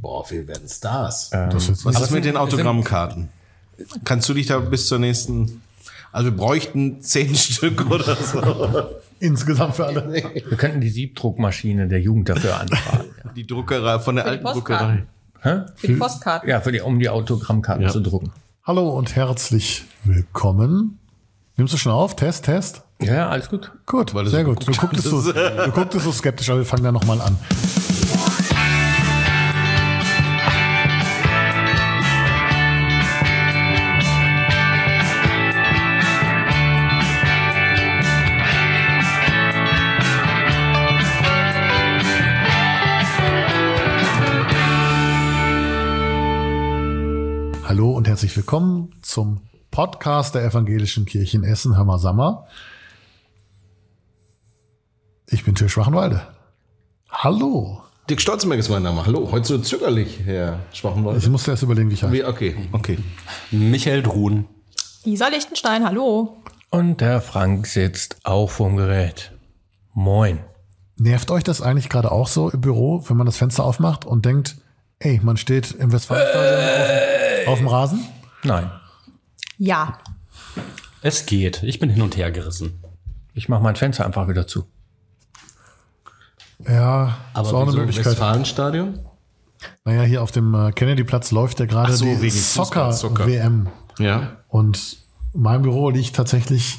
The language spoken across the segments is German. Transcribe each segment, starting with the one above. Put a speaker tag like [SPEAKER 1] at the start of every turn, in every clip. [SPEAKER 1] Boah, wir werden Stars.
[SPEAKER 2] Das ist
[SPEAKER 3] Was ist mit den Autogrammkarten? Kannst du dich da bis zur nächsten. Also wir bräuchten zehn Stück oder so.
[SPEAKER 2] insgesamt für alle.
[SPEAKER 4] Wir könnten die Siebdruckmaschine der Jugend dafür anfragen.
[SPEAKER 3] Die Druckerei von der
[SPEAKER 5] Für die
[SPEAKER 3] alten Druckerei.
[SPEAKER 5] Postkarten.
[SPEAKER 4] Hä?
[SPEAKER 5] Für die Postkarten.
[SPEAKER 4] Ja, für die, um die Autogrammkarten zu drucken.
[SPEAKER 2] Hallo und herzlich willkommen. Nimmst du schon auf? Test, Test.
[SPEAKER 4] Ja, ja, alles gut.
[SPEAKER 2] Gut,
[SPEAKER 3] du
[SPEAKER 2] sehr
[SPEAKER 3] so
[SPEAKER 2] gut. Du gucktest, so, du gucktest so skeptisch, aber wir fangen da nochmal an. Hallo und herzlich willkommen zum Podcast der Evangelischen Kirche in Essen, Hammer Sammer. Ich bin Till Schwachenwalde. Hallo.
[SPEAKER 3] Dirk Stolzenberg ist mein Name. Hallo, heute so zögerlich, Herr Schwachenwald.
[SPEAKER 2] Ich musste erst überlegen, wie ich heiße.
[SPEAKER 3] Wie- Okay, okay.
[SPEAKER 6] Michael Druhn.
[SPEAKER 5] Lisa Lichtenstein, hallo.
[SPEAKER 4] Und der Frank sitzt auch vorm Gerät. Moin.
[SPEAKER 2] Nervt euch das eigentlich gerade auch so im Büro, wenn man das Fenster aufmacht und denkt, ey, man steht im Westfalenstadion auf, auf dem Rasen?
[SPEAKER 4] Nein,
[SPEAKER 5] Ja.
[SPEAKER 6] Es geht. Ich bin hin und her gerissen.
[SPEAKER 4] ich mache mein Fenster einfach wieder zu.
[SPEAKER 2] Ja, ist auch eine
[SPEAKER 3] wieso
[SPEAKER 2] Möglichkeit.
[SPEAKER 3] Westfalenstadion?
[SPEAKER 2] Naja, hier auf dem äh, Kennedy-Platz läuft ja gerade
[SPEAKER 3] Ach so,
[SPEAKER 2] die
[SPEAKER 3] wegen Fußball, Soccer.
[SPEAKER 2] Soccer-WM.
[SPEAKER 3] Ja.
[SPEAKER 2] Und mein Büro liegt tatsächlich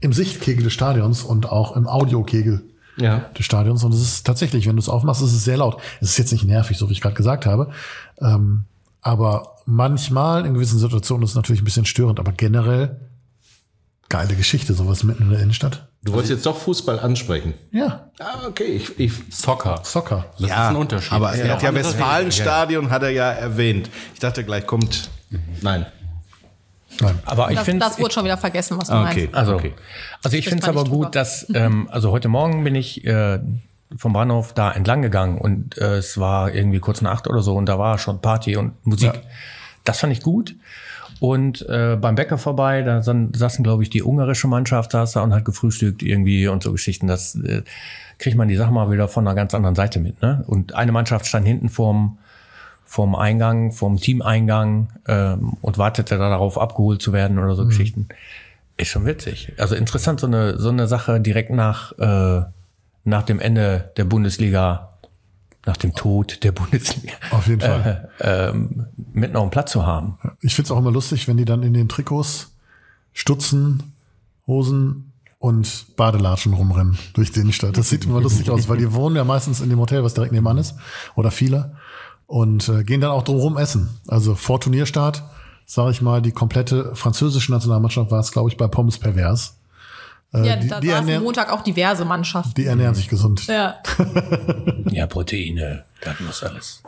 [SPEAKER 2] im Sichtkegel des Stadions und auch im Audiokegel.
[SPEAKER 3] Ja.
[SPEAKER 2] des Stadions. Und es ist tatsächlich, wenn du es aufmachst, ist es sehr laut. Es ist jetzt nicht nervig, so wie ich gerade gesagt habe. Ähm, aber manchmal in gewissen Situationen ist es natürlich ein bisschen störend. Aber generell geile Geschichte, sowas mitten in der Innenstadt.
[SPEAKER 3] Du wolltest jetzt doch Fußball ansprechen.
[SPEAKER 2] Ja,
[SPEAKER 3] Ah, okay. Ich, ich,
[SPEAKER 6] Soccer.
[SPEAKER 2] Soccer.
[SPEAKER 6] Das ist ein Unterschied.
[SPEAKER 3] Aber er
[SPEAKER 6] Ja.
[SPEAKER 3] hat ja Westfalenstadion, hat er ja Mhm. erwähnt. Ich dachte, gleich kommt. Nein.
[SPEAKER 2] Nein.
[SPEAKER 4] Aber ich
[SPEAKER 5] Das,
[SPEAKER 4] finde
[SPEAKER 5] das wurde schon wieder vergessen, was du
[SPEAKER 3] Ah, okay.
[SPEAKER 5] meinst.
[SPEAKER 4] Also,
[SPEAKER 3] okay.
[SPEAKER 4] also ich finde es
[SPEAKER 5] man
[SPEAKER 4] aber
[SPEAKER 5] nicht drüber.
[SPEAKER 4] gut, dass, ähm, also heute Morgen bin ich äh, vom Bahnhof da entlang gegangen und äh, es war irgendwie kurz nach acht oder so und da war schon Party und Musik. Das fand ich gut. Und äh, beim Bäcker vorbei, da san- saßen, glaube ich, die ungarische Mannschaft saß da und hat gefrühstückt irgendwie und so Geschichten. Das äh, kriegt man die Sache mal wieder von einer ganz anderen Seite mit. Ne? Und eine Mannschaft stand hinten vorm, vom Eingang, vom Teameingang ähm, und wartete da darauf, abgeholt zu werden oder so
[SPEAKER 3] Mhm.
[SPEAKER 4] Geschichten. Ist schon witzig. Also interessant, so eine, so eine Sache direkt nach, äh, nach dem Ende der Bundesliga, nach dem Tod der Bundesliga,
[SPEAKER 2] Auf jeden Fall.
[SPEAKER 4] ähm, mit noch einen Platz zu haben.
[SPEAKER 2] Ich finde es auch immer lustig, wenn die dann in den Trikots, Stutzen, Hosen und Badelatschen rumrennen durch die Innenstadt. Das sieht immer lustig aus, weil die wohnen ja meistens in dem Hotel, was direkt nebenan ist, oder viele, und äh, gehen dann auch drumherum essen. Also vor Turnierstart, sage ich mal, die komplette französische Nationalmannschaft war es, glaube ich, bei Pommes Pervers. Äh,
[SPEAKER 5] Ja,
[SPEAKER 2] die,
[SPEAKER 5] da
[SPEAKER 2] die,
[SPEAKER 5] saßen
[SPEAKER 2] ernähren,
[SPEAKER 5] Montag auch diverse Mannschaften.
[SPEAKER 2] die ernähren sich gesund.
[SPEAKER 5] Ja.
[SPEAKER 4] Ja, Proteine, das muss alles.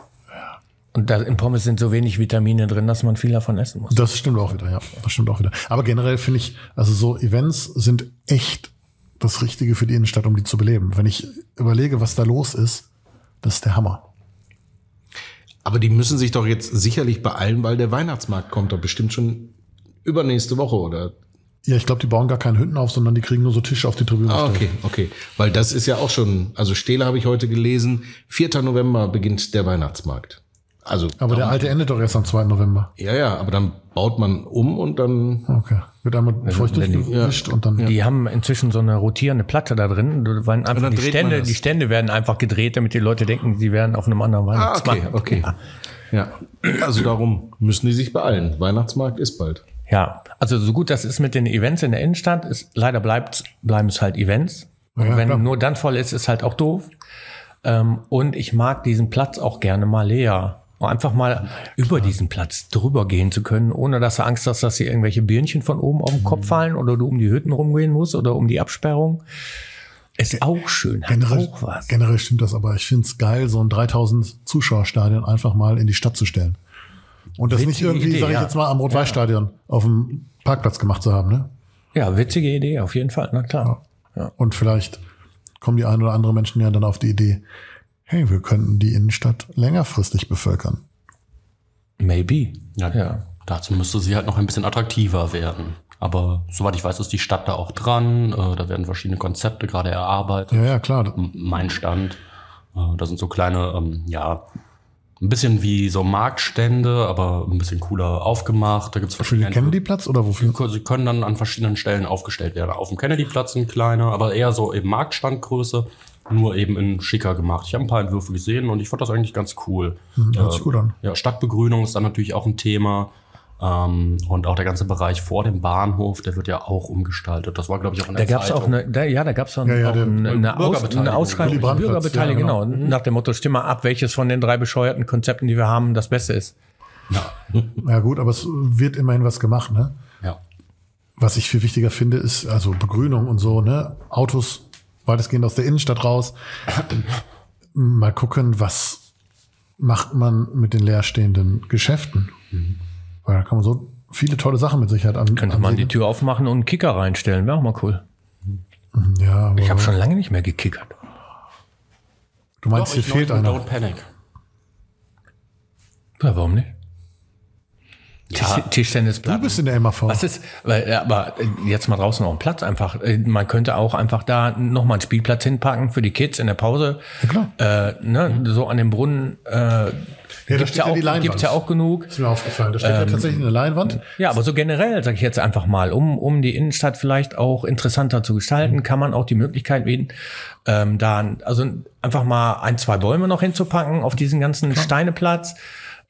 [SPEAKER 4] Und da in Pommes sind so wenig Vitamine drin, dass man viel davon essen muss.
[SPEAKER 2] Das stimmt auch wieder, ja. Das stimmt auch wieder. Aber generell finde ich, also so Events sind echt das Richtige für die Innenstadt, um die zu beleben. Wenn ich überlege, was da los ist, das ist der Hammer.
[SPEAKER 3] Aber die müssen sich doch jetzt sicherlich beeilen, weil der Weihnachtsmarkt kommt doch bestimmt schon übernächste Woche, oder?
[SPEAKER 2] Ja, ich glaube, die bauen gar keine Hütten auf, sondern die kriegen nur so Tische auf die Tribüne.
[SPEAKER 3] Ah, okay,
[SPEAKER 2] gestellt.
[SPEAKER 3] okay. Weil das ist ja auch schon, also Stele habe ich heute gelesen, 4. November beginnt der Weihnachtsmarkt. Also,
[SPEAKER 2] Aber
[SPEAKER 4] Ah,
[SPEAKER 2] der alte endet doch erst am 2. November. Ah,
[SPEAKER 3] ja, ja, aber dann baut man um und dann,
[SPEAKER 2] Okay. Wird einmal feucht
[SPEAKER 4] wenn die-
[SPEAKER 2] durchgewischt und dann.
[SPEAKER 4] Die haben inzwischen so eine rotierende Platte da drin. da waren Einfach
[SPEAKER 3] dann
[SPEAKER 4] die,
[SPEAKER 3] dreht man
[SPEAKER 4] Stände,
[SPEAKER 3] das.
[SPEAKER 4] die Stände werden einfach gedreht, damit die Leute denken, sie wären auf einem anderen
[SPEAKER 3] ah,
[SPEAKER 4] Weihnachtsmarkt.
[SPEAKER 3] okay, okay. Ja. Also darum müssen die sich beeilen. Weihnachtsmarkt ist bald.
[SPEAKER 4] Ja, also so gut das ist mit den Events in der Innenstadt, ist, leider bleibt, bleiben es halt Events. Und
[SPEAKER 2] Ja,
[SPEAKER 4] wenn
[SPEAKER 2] klar.
[SPEAKER 4] nur dann voll ist, ist halt auch doof. Ähm, und ich mag diesen Platz auch gerne mal leer. Um Einfach mal über diesen Platz drüber gehen zu können, ohne dass du Angst hast, dass dir irgendwelche Birnchen von oben auf den
[SPEAKER 2] Mhm.
[SPEAKER 4] Kopf fallen oder du um die Hütten rumgehen musst oder um die Absperrung. Ist auch schön, hat
[SPEAKER 2] Generell,
[SPEAKER 4] auch was.
[SPEAKER 2] generell stimmt das, aber ich finde es geil, so ein 3000 Zuschauerstadion einfach mal in die Stadt zu stellen. Und das nicht
[SPEAKER 4] Witzige
[SPEAKER 2] irgendwie,
[SPEAKER 4] Idee,
[SPEAKER 2] sage ich
[SPEAKER 4] ja.
[SPEAKER 2] jetzt mal, am Rot-Weiß-Stadion auf dem Parkplatz gemacht zu haben, ne?
[SPEAKER 4] Ja, witzige Idee, auf jeden Fall, na klar.
[SPEAKER 2] Und vielleicht kommen die ein oder andere Menschen ja dann auf die Idee, hey, wir könnten die Innenstadt längerfristig bevölkern.
[SPEAKER 4] Maybe.
[SPEAKER 6] Ja, Dazu müsste sie halt noch ein bisschen attraktiver werden. Aber soweit ich weiß, ist die Stadt da auch dran. Äh, da werden verschiedene Konzepte gerade erarbeitet.
[SPEAKER 2] Ja, ja, klar.
[SPEAKER 6] M- Mein Stand. Äh, da sind so kleine, ähm, ja, ein bisschen wie so Marktstände, aber ein bisschen cooler aufgemacht. Da gibt's
[SPEAKER 2] Für den
[SPEAKER 6] verschiedene
[SPEAKER 2] Kennedy-Platz oder wofür?
[SPEAKER 6] Sie können dann an verschiedenen Stellen aufgestellt werden. Auf dem Kennedy-Platz sind kleine, aber eher so eben Marktstandgröße, nur eben in schicker gemacht. Ich habe ein paar Entwürfe gesehen und ich fand das eigentlich ganz cool.
[SPEAKER 2] Mhm,
[SPEAKER 6] Äh,
[SPEAKER 2] Hört sich gut an.
[SPEAKER 6] Ja, Stadtbegrünung ist dann natürlich auch ein Thema. Ähm, und auch der ganze Bereich vor dem Bahnhof, der wird ja auch umgestaltet. Das war, glaube ich, auch in
[SPEAKER 4] Da
[SPEAKER 6] der
[SPEAKER 4] gab es auch
[SPEAKER 6] Zeitung.
[SPEAKER 4] eine, da, ja, da gab es auch
[SPEAKER 2] Ja, ja,
[SPEAKER 4] auch
[SPEAKER 2] der-
[SPEAKER 4] eine, eine, Aus,
[SPEAKER 6] Bürgerbeteiligung.
[SPEAKER 4] eine Ausschreibung,
[SPEAKER 2] Willy Brandt hat's,
[SPEAKER 4] Bürgerbeteiligung,
[SPEAKER 2] ja, Mhm.
[SPEAKER 4] genau. Nach dem Motto, stimme ab, welches von den drei bescheuerten Konzepten, die wir haben, das Beste ist.
[SPEAKER 2] Ja gut, aber es wird immerhin was gemacht, ne?
[SPEAKER 6] Ja.
[SPEAKER 2] Was ich viel wichtiger finde, ist also Begrünung und so, ne? Autos weitestgehend aus der Innenstadt raus. Mal gucken, was macht man mit den leerstehenden Geschäften?
[SPEAKER 6] Mhm.
[SPEAKER 2] Weil da kann man so viele tolle Sachen mit Sicherheit an.
[SPEAKER 4] Könnte man die
[SPEAKER 2] ansehen.
[SPEAKER 4] Tür aufmachen und einen Kicker reinstellen, wäre auch mal cool.
[SPEAKER 2] Mhm. Ja, aber
[SPEAKER 4] Ich habe schon lange nicht mehr gekickert.
[SPEAKER 2] du meinst,
[SPEAKER 6] Doch,
[SPEAKER 2] hier
[SPEAKER 6] ich
[SPEAKER 2] fehlt
[SPEAKER 6] glaub, mit
[SPEAKER 2] einer.
[SPEAKER 6] Don't Panic.
[SPEAKER 4] Ja, warum nicht? Tisch,
[SPEAKER 2] Du
[SPEAKER 4] Tischtennisplatten.
[SPEAKER 2] bist in der MAV.
[SPEAKER 4] Was ist, weil, ja, aber äh, jetzt mal draußen auch einen Platz einfach. Äh, Man könnte auch einfach da nochmal einen Spielplatz hinpacken für die Kids in der Pause.
[SPEAKER 2] Ja, klar. Mhm.
[SPEAKER 4] Äh, ne, so an dem Brunnen äh,
[SPEAKER 2] da
[SPEAKER 4] gibt's
[SPEAKER 2] steht
[SPEAKER 4] ja,
[SPEAKER 2] ja die
[SPEAKER 4] auch,
[SPEAKER 2] Leinwand.
[SPEAKER 4] gibt's ja auch genug.
[SPEAKER 2] Ist mir aufgefallen. Da steht ja tatsächlich eine Leinwand.
[SPEAKER 4] Ja, aber so generell, sage ich jetzt einfach mal, um, um die Innenstadt vielleicht auch interessanter zu gestalten,
[SPEAKER 2] Mhm.
[SPEAKER 4] kann man auch die Möglichkeit bieten, ähm, da also einfach mal ein, zwei Bäume noch hinzupacken auf diesen ganzen Steineplatz.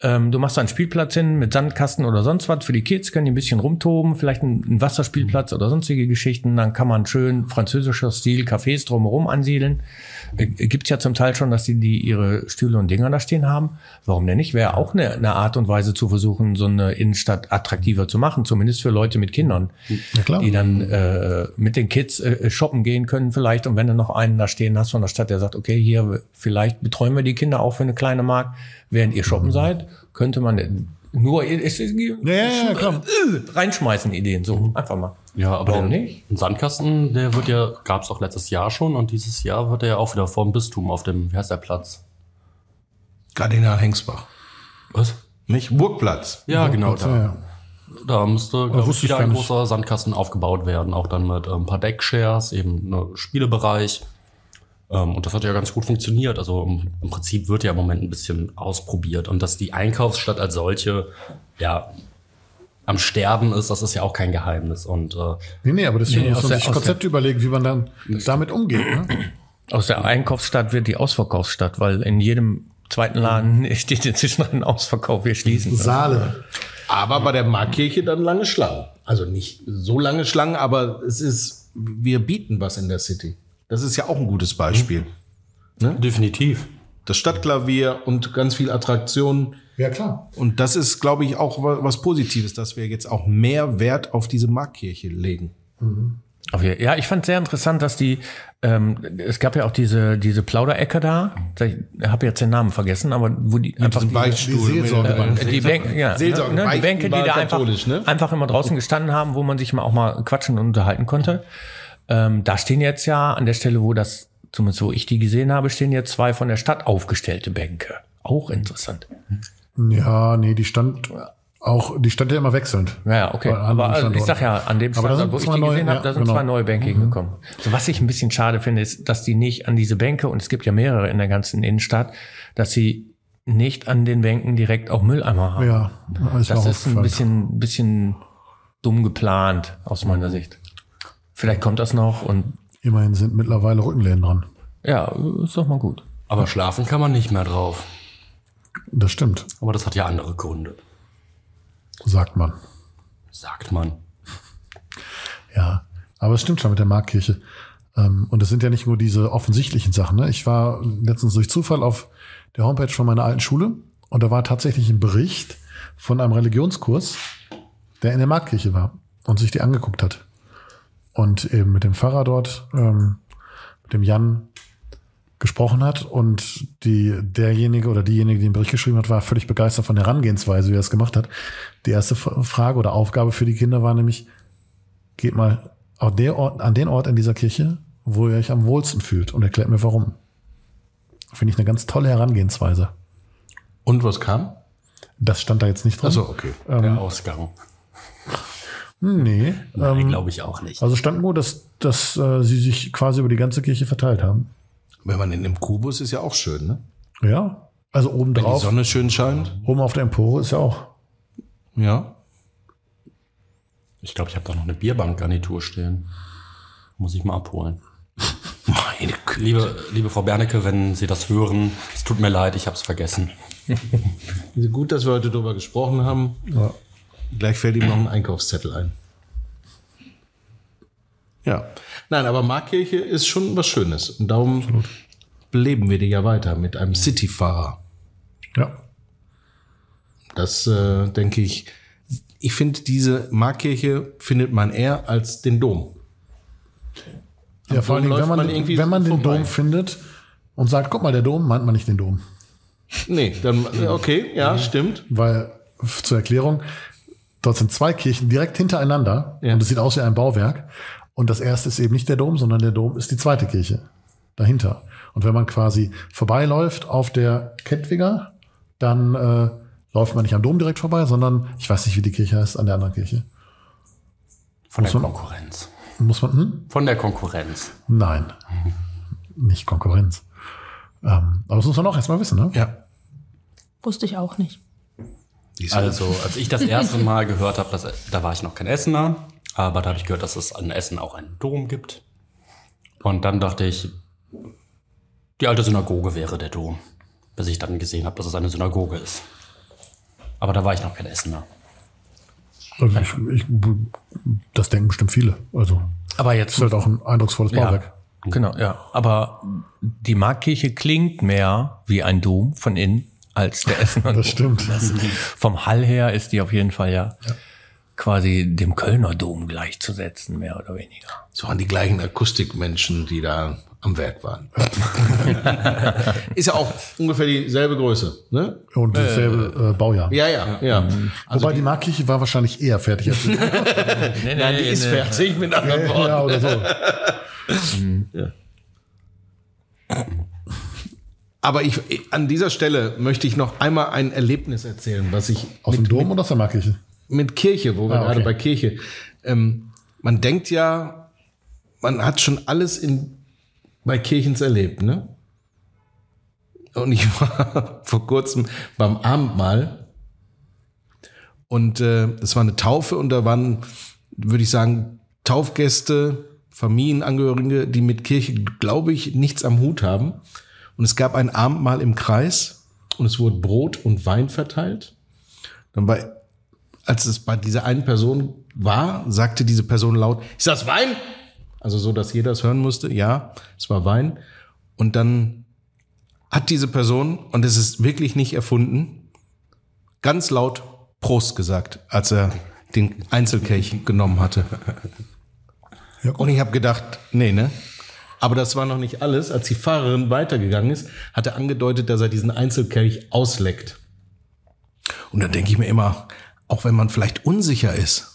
[SPEAKER 4] Ähm, du machst da einen Spielplatz hin mit Sandkasten oder sonst was. Für die Kids können die ein bisschen rumtoben, vielleicht einen, einen Wasserspielplatz oder sonstige Geschichten. Dann kann man schön französischer Stil Cafés drumherum ansiedeln. Äh, gibt's ja zum Teil schon, dass die, die ihre Stühle und Dinger da stehen haben. Warum denn nicht? Wäre auch eine, eine Art und Weise zu versuchen, so eine Innenstadt attraktiver zu machen, zumindest für Leute mit Kindern,
[SPEAKER 2] Ja, klar.
[SPEAKER 4] die dann äh, mit den Kids äh, shoppen gehen können vielleicht. Und wenn du noch einen da stehen hast von der Stadt, der sagt, okay, hier vielleicht betreuen wir die Kinder auch für eine kleine Mark, während ihr shoppen seid, könnte man nur es, es,
[SPEAKER 2] Mhm. Ja, ja, ja, klar.
[SPEAKER 4] äh,
[SPEAKER 2] Mhm.
[SPEAKER 4] reinschmeißen Ideen, so einfach mal.
[SPEAKER 6] Ja, aber
[SPEAKER 4] Warum
[SPEAKER 6] der,
[SPEAKER 4] nicht?
[SPEAKER 6] Ein Sandkasten, der wird ja, gab's auch letztes Jahr schon und dieses Jahr wird er ja auch wieder vorm Bistum auf dem, wie heißt der Platz?
[SPEAKER 3] Kardinal Hengsbach.
[SPEAKER 6] Was?
[SPEAKER 3] Nicht? Burgplatz.
[SPEAKER 6] Ja,
[SPEAKER 2] Ja,
[SPEAKER 6] genau. Da,
[SPEAKER 2] ja.
[SPEAKER 6] da müsste glaub,
[SPEAKER 2] wusste
[SPEAKER 6] ich,
[SPEAKER 2] ich
[SPEAKER 6] wieder
[SPEAKER 2] gar
[SPEAKER 6] ein
[SPEAKER 2] nicht.
[SPEAKER 6] großer Sandkasten aufgebaut werden. Auch dann mit ähm, ein paar Deckshares, eben ne, Spielebereich. Ähm, und das hat ja ganz gut funktioniert. Also im, im Prinzip wird ja im Moment ein bisschen ausprobiert. Und dass die Einkaufsstadt als solche ja am Sterben ist, das ist ja auch kein Geheimnis. Und äh,
[SPEAKER 2] Nee, nee, aber deswegen
[SPEAKER 4] Nee,
[SPEAKER 2] muss
[SPEAKER 4] aus
[SPEAKER 2] man
[SPEAKER 4] der-
[SPEAKER 2] sich
[SPEAKER 4] aus der-
[SPEAKER 2] Konzepte überlegen, wie man dann damit umgeht. Ne?
[SPEAKER 4] Aus der Einkaufsstadt wird die Ausverkaufsstadt, weil in jedem zweiten Laden steht inzwischen ein Ausverkauf, wir schließen.
[SPEAKER 2] Saale.
[SPEAKER 3] Aber bei der Marktkirche dann lange Schlangen. Also nicht so lange Schlangen, aber es ist, wir bieten was in der City. Das ist ja auch ein gutes Beispiel. Mhm. Ne?
[SPEAKER 6] definitiv.
[SPEAKER 3] Das Stadtklavier und ganz viel Attraktionen.
[SPEAKER 2] Ja, klar.
[SPEAKER 3] Und das ist, glaube ich, auch wa- was Positives, dass wir jetzt auch mehr Wert auf diese Marktkirche legen.
[SPEAKER 4] Auf jeden- Ja, ich fand sehr interessant, dass die, ähm, es gab ja auch diese, diese Plauderecke da, ich habe jetzt den Namen vergessen, aber wo die einfach die,
[SPEAKER 3] Beichtstuhl.
[SPEAKER 2] die Seelsorge-
[SPEAKER 4] äh, die, Bänke, ja,
[SPEAKER 3] Seelsorge-
[SPEAKER 4] ne, die
[SPEAKER 3] Beichten
[SPEAKER 4] Bänke, die
[SPEAKER 3] war
[SPEAKER 4] da einfach,
[SPEAKER 3] katholisch, ne?
[SPEAKER 4] einfach immer draußen gestanden haben, wo man sich mal auch mal quatschen und unterhalten konnte. Ähm, da stehen jetzt ja an der Stelle, wo das, zumindest wo ich die gesehen habe, stehen jetzt zwei von der Stadt aufgestellte Bänke. Auch interessant.
[SPEAKER 2] Ja, nee, die stand auch, die stand ja immer wechselnd.
[SPEAKER 4] Ja, okay.
[SPEAKER 2] Bei anderen
[SPEAKER 4] Aber also, ich
[SPEAKER 2] Standorten.
[SPEAKER 4] sag ja, an dem
[SPEAKER 2] Aber da
[SPEAKER 4] Standort,
[SPEAKER 2] sind
[SPEAKER 4] wo ich
[SPEAKER 2] zwei
[SPEAKER 4] die
[SPEAKER 2] neue-
[SPEAKER 4] gesehen habe,
[SPEAKER 2] ja,
[SPEAKER 4] da sind
[SPEAKER 2] genau.
[SPEAKER 4] zwei neue Bänke hingekommen. So, was ich ein bisschen schade finde, ist, dass die nicht an diese Bänke, und es gibt ja mehrere in der ganzen Innenstadt, dass sie nicht an den Bänken direkt auch Mülleimer haben.
[SPEAKER 2] Ja, ist mir
[SPEAKER 4] das
[SPEAKER 2] auch
[SPEAKER 4] ist ein
[SPEAKER 2] aufgefallen.
[SPEAKER 4] bisschen, bisschen dumm geplant, aus
[SPEAKER 2] Mhm.
[SPEAKER 4] meiner Sicht. Vielleicht kommt das noch und
[SPEAKER 2] Immerhin sind mittlerweile Rückenlehnen dran.
[SPEAKER 4] ja, ist doch mal gut.
[SPEAKER 6] Aber schlafen kann man nicht mehr drauf.
[SPEAKER 2] Das stimmt,
[SPEAKER 6] Aber das hat ja andere Gründe,
[SPEAKER 2] sagt man.
[SPEAKER 6] sagt man.
[SPEAKER 2] Ja, aber es stimmt schon mit der Marktkirche. Ähm, Und es sind ja nicht nur diese offensichtlichen Sachen. Ne? Ich war letztens durch Zufall auf der Homepage von meiner alten Schule und da war tatsächlich ein Bericht von einem Religionskurs, der in der Marktkirche war und sich die angeguckt hat. Und eben mit dem Pfarrer dort, ähm, mit dem Jan, gesprochen hat und die, derjenige oder diejenige, die den Bericht geschrieben hat, war völlig begeistert von der Herangehensweise, wie er es gemacht hat. Die erste Fra- Frage oder Aufgabe für die Kinder war nämlich, geht mal auf der Ort, an den Ort in dieser Kirche, wo ihr euch am wohlsten fühlt und erklärt mir warum. Finde ich eine ganz tolle Herangehensweise.
[SPEAKER 3] Und was kam?
[SPEAKER 2] Das stand da jetzt nicht drin.
[SPEAKER 3] Achso, okay.
[SPEAKER 6] Der Ausgang.
[SPEAKER 2] Nee.
[SPEAKER 6] Nein,
[SPEAKER 2] ähm,
[SPEAKER 6] glaube ich auch nicht.
[SPEAKER 2] also stand nur, dass, dass äh, sie sich quasi über die ganze Kirche verteilt haben.
[SPEAKER 3] Wenn man in einem Kubus ist ja auch schön, ne?
[SPEAKER 2] Ja. Also oben
[SPEAKER 3] Wenn die
[SPEAKER 2] drauf,
[SPEAKER 3] Sonne schön scheint.
[SPEAKER 2] oben auf der Empore ist ja auch.
[SPEAKER 3] Ja.
[SPEAKER 6] Ich glaube, ich habe da noch eine Bierbankgarnitur stehen. Muss ich mal abholen.
[SPEAKER 3] Meine Güte.
[SPEAKER 6] Liebe, liebe Frau Bernecke, wenn Sie das hören, es tut mir leid, ich habe es vergessen.
[SPEAKER 3] Also Gut, dass wir heute drüber gesprochen haben.
[SPEAKER 2] Ja.
[SPEAKER 3] Gleich fällt ihm noch ein Einkaufszettel ein. Ja. Nein, aber Markkirche ist schon was Schönes. Und darum beleben wir die ja weiter mit einem Cityfahrer.
[SPEAKER 2] Ja.
[SPEAKER 3] Das äh, denke ich. Ich finde, diese Markkirche findet man eher als den Dom.
[SPEAKER 2] Ja, vor allen Dingen, wenn
[SPEAKER 3] Dom läuft
[SPEAKER 2] man,
[SPEAKER 3] man irgendwie
[SPEAKER 2] wenn man den
[SPEAKER 3] vorbei.
[SPEAKER 2] Dom findet und sagt, guck mal, der Dom, meint man nicht den Dom.
[SPEAKER 3] Nee, dann, okay, ja, stimmt.
[SPEAKER 2] Weil, f- zur Erklärung, dort sind zwei Kirchen direkt hintereinander und es sieht aus wie ein Bauwerk. Und das erste ist eben nicht der Dom, sondern der Dom ist die zweite Kirche dahinter. Und wenn man quasi vorbeiläuft auf der Kettwiger, dann äh, läuft man nicht am Dom direkt vorbei, sondern ich weiß nicht, wie die Kirche heißt, an der anderen Kirche.
[SPEAKER 6] Von der
[SPEAKER 2] Muss man-
[SPEAKER 6] Konkurrenz.
[SPEAKER 2] Muss man, hm?
[SPEAKER 6] Von der Konkurrenz.
[SPEAKER 2] Nein. Nicht Konkurrenz. Ähm, aber das muss man auch erstmal wissen, ne?
[SPEAKER 3] Ja.
[SPEAKER 5] Wusste ich auch nicht.
[SPEAKER 6] Also, als ich das erste Mal gehört habe, dass- da war ich noch kein Essener, aber da habe ich gehört, dass es an Essen auch einen Dom gibt. Und dann dachte ich, die alte Synagoge wäre der Dom. Bis ich dann gesehen habe, dass es eine Synagoge ist. Aber da war ich noch kein Essener.
[SPEAKER 2] Also ich, ich, das denken bestimmt viele. Also
[SPEAKER 4] Aber jetzt
[SPEAKER 2] ist halt auch ein eindrucksvolles Bauwerk.
[SPEAKER 4] Ja, genau, ja. Aber die Markkirche klingt mehr wie ein Dom von innen als der Essener
[SPEAKER 2] Das
[SPEAKER 4] Dom.
[SPEAKER 2] stimmt.
[SPEAKER 4] Vom Hall her ist die auf jeden Fall ja, quasi dem Kölner Dom gleichzusetzen, mehr oder weniger.
[SPEAKER 3] Es waren die gleichen Akustikmenschen, die da am Werk waren. ist ja auch ungefähr dieselbe Größe, ne?
[SPEAKER 2] Und dasselbe äh, Baujahr.
[SPEAKER 3] Ja, ja, ja. Also,
[SPEAKER 2] Wobei die Markkirche war wahrscheinlich eher fertig als die
[SPEAKER 4] Nee,
[SPEAKER 3] nein, die ist fertig mit anderen Worten.
[SPEAKER 2] ja, oder so.
[SPEAKER 3] Aber ich, ich- an dieser Stelle möchte ich noch einmal ein Erlebnis erzählen, was ich
[SPEAKER 2] Aus dem Dom oder aus der Markkirche?
[SPEAKER 3] mit Kirche, wo wir
[SPEAKER 2] Ah, okay.
[SPEAKER 3] gerade bei Kirche. Ähm, man denkt ja, man hat schon alles in, bei Kirchens erlebt, ne? Und ich war vor kurzem beim Abendmahl und äh, es war eine Taufe und da waren, würde ich sagen, Taufgäste, Familienangehörige, die mit Kirche, glaube ich, nichts am Hut haben. Und es gab ein Abendmahl im Kreis und es wurde Brot und Wein verteilt. Dann war als es bei dieser einen Person war, sagte diese Person laut, ist das Wein? Also so, dass jeder es hören musste. Ja, es war Wein. Und dann hat diese Person, und es ist wirklich nicht erfunden, ganz laut Prost gesagt, als er den Einzelkelch genommen hatte. Und ich habe gedacht, nee, ne? Aber das war noch nicht alles. Als die Fahrerin weitergegangen ist, hat er angedeutet, dass er diesen Einzelkelch ausleckt. Und dann denke ich mir immer, auch wenn man vielleicht unsicher ist,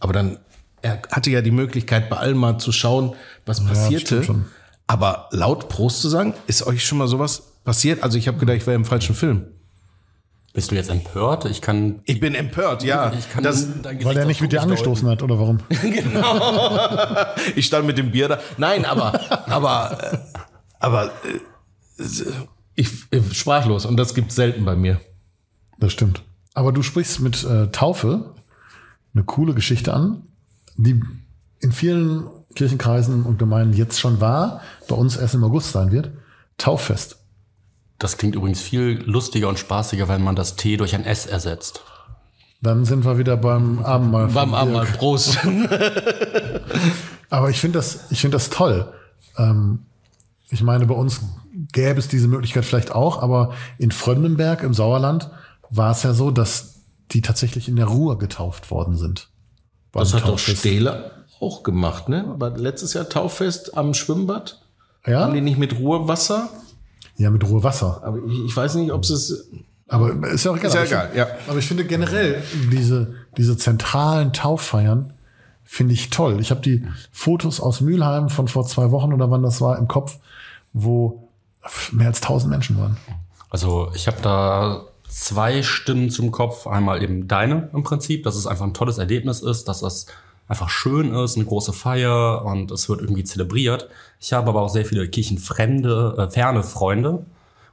[SPEAKER 3] aber dann, er hatte ja die Möglichkeit, bei allen mal zu schauen, was passierte.
[SPEAKER 2] stimmt schon.
[SPEAKER 3] aber laut Prost zu sagen, ist euch schon mal sowas passiert? Also ich habe gedacht, ich wäre im falschen Film.
[SPEAKER 6] Bist du jetzt empört? Ich kann.
[SPEAKER 3] Ich bin empört, ja.
[SPEAKER 6] Ich kann
[SPEAKER 3] das,
[SPEAKER 6] dein Gesicht
[SPEAKER 2] Weil der nicht
[SPEAKER 6] dazu
[SPEAKER 2] mit dir angestoßen hat, oder warum?
[SPEAKER 3] ich stand mit dem Bier da. Nein, aber, aber, äh, aber, äh, ich, ich sprachlos und das gibt's selten bei mir.
[SPEAKER 2] Das stimmt. Aber du sprichst mit äh, Taufe eine coole Geschichte an, die in vielen Kirchenkreisen und Gemeinden jetzt schon war, bei uns erst im August sein wird. Tauffest.
[SPEAKER 6] Das klingt übrigens viel lustiger und spaßiger, wenn man das T durch ein S ersetzt.
[SPEAKER 2] Dann sind wir wieder beim Abendmahl. von
[SPEAKER 3] Beim
[SPEAKER 2] Dirk.
[SPEAKER 3] Abend mal Prost.
[SPEAKER 2] Aber ich finde das, ich finde das toll. Ähm, ich meine, bei uns gäbe es diese Möglichkeit vielleicht auch, aber in Fröndenberg im Sauerland war es ja so, dass die tatsächlich in der Ruhr getauft worden sind. Beim
[SPEAKER 3] Das hat doch
[SPEAKER 2] Tauffest.
[SPEAKER 3] Stele auch gemacht, ne? Aber letztes Jahr Tauffest am Schwimmbad. Haben
[SPEAKER 2] Ja?
[SPEAKER 3] die nicht mit Ruhewasser?
[SPEAKER 2] ja, mit Ruhrwasser.
[SPEAKER 3] Aber ich, ich weiß nicht, ob sie es.
[SPEAKER 2] Aber ist ja auch egal.
[SPEAKER 3] Ist ja
[SPEAKER 2] Aber ich
[SPEAKER 3] egal,
[SPEAKER 2] finde-
[SPEAKER 3] ja.
[SPEAKER 2] Aber ich finde generell diese, diese zentralen Tauffeiern finde ich toll. Ich habe die Fotos aus Mülheim von vor zwei Wochen oder wann das war im Kopf, wo mehr als 1000 Menschen waren.
[SPEAKER 6] Also ich habe da zwei Stimmen zum Kopf. Einmal eben deine im Prinzip, dass es einfach ein tolles Erlebnis ist, dass das einfach schön ist, eine große Feier und es wird irgendwie zelebriert. Ich habe aber auch sehr viele kirchenfremde, äh, ferne Freunde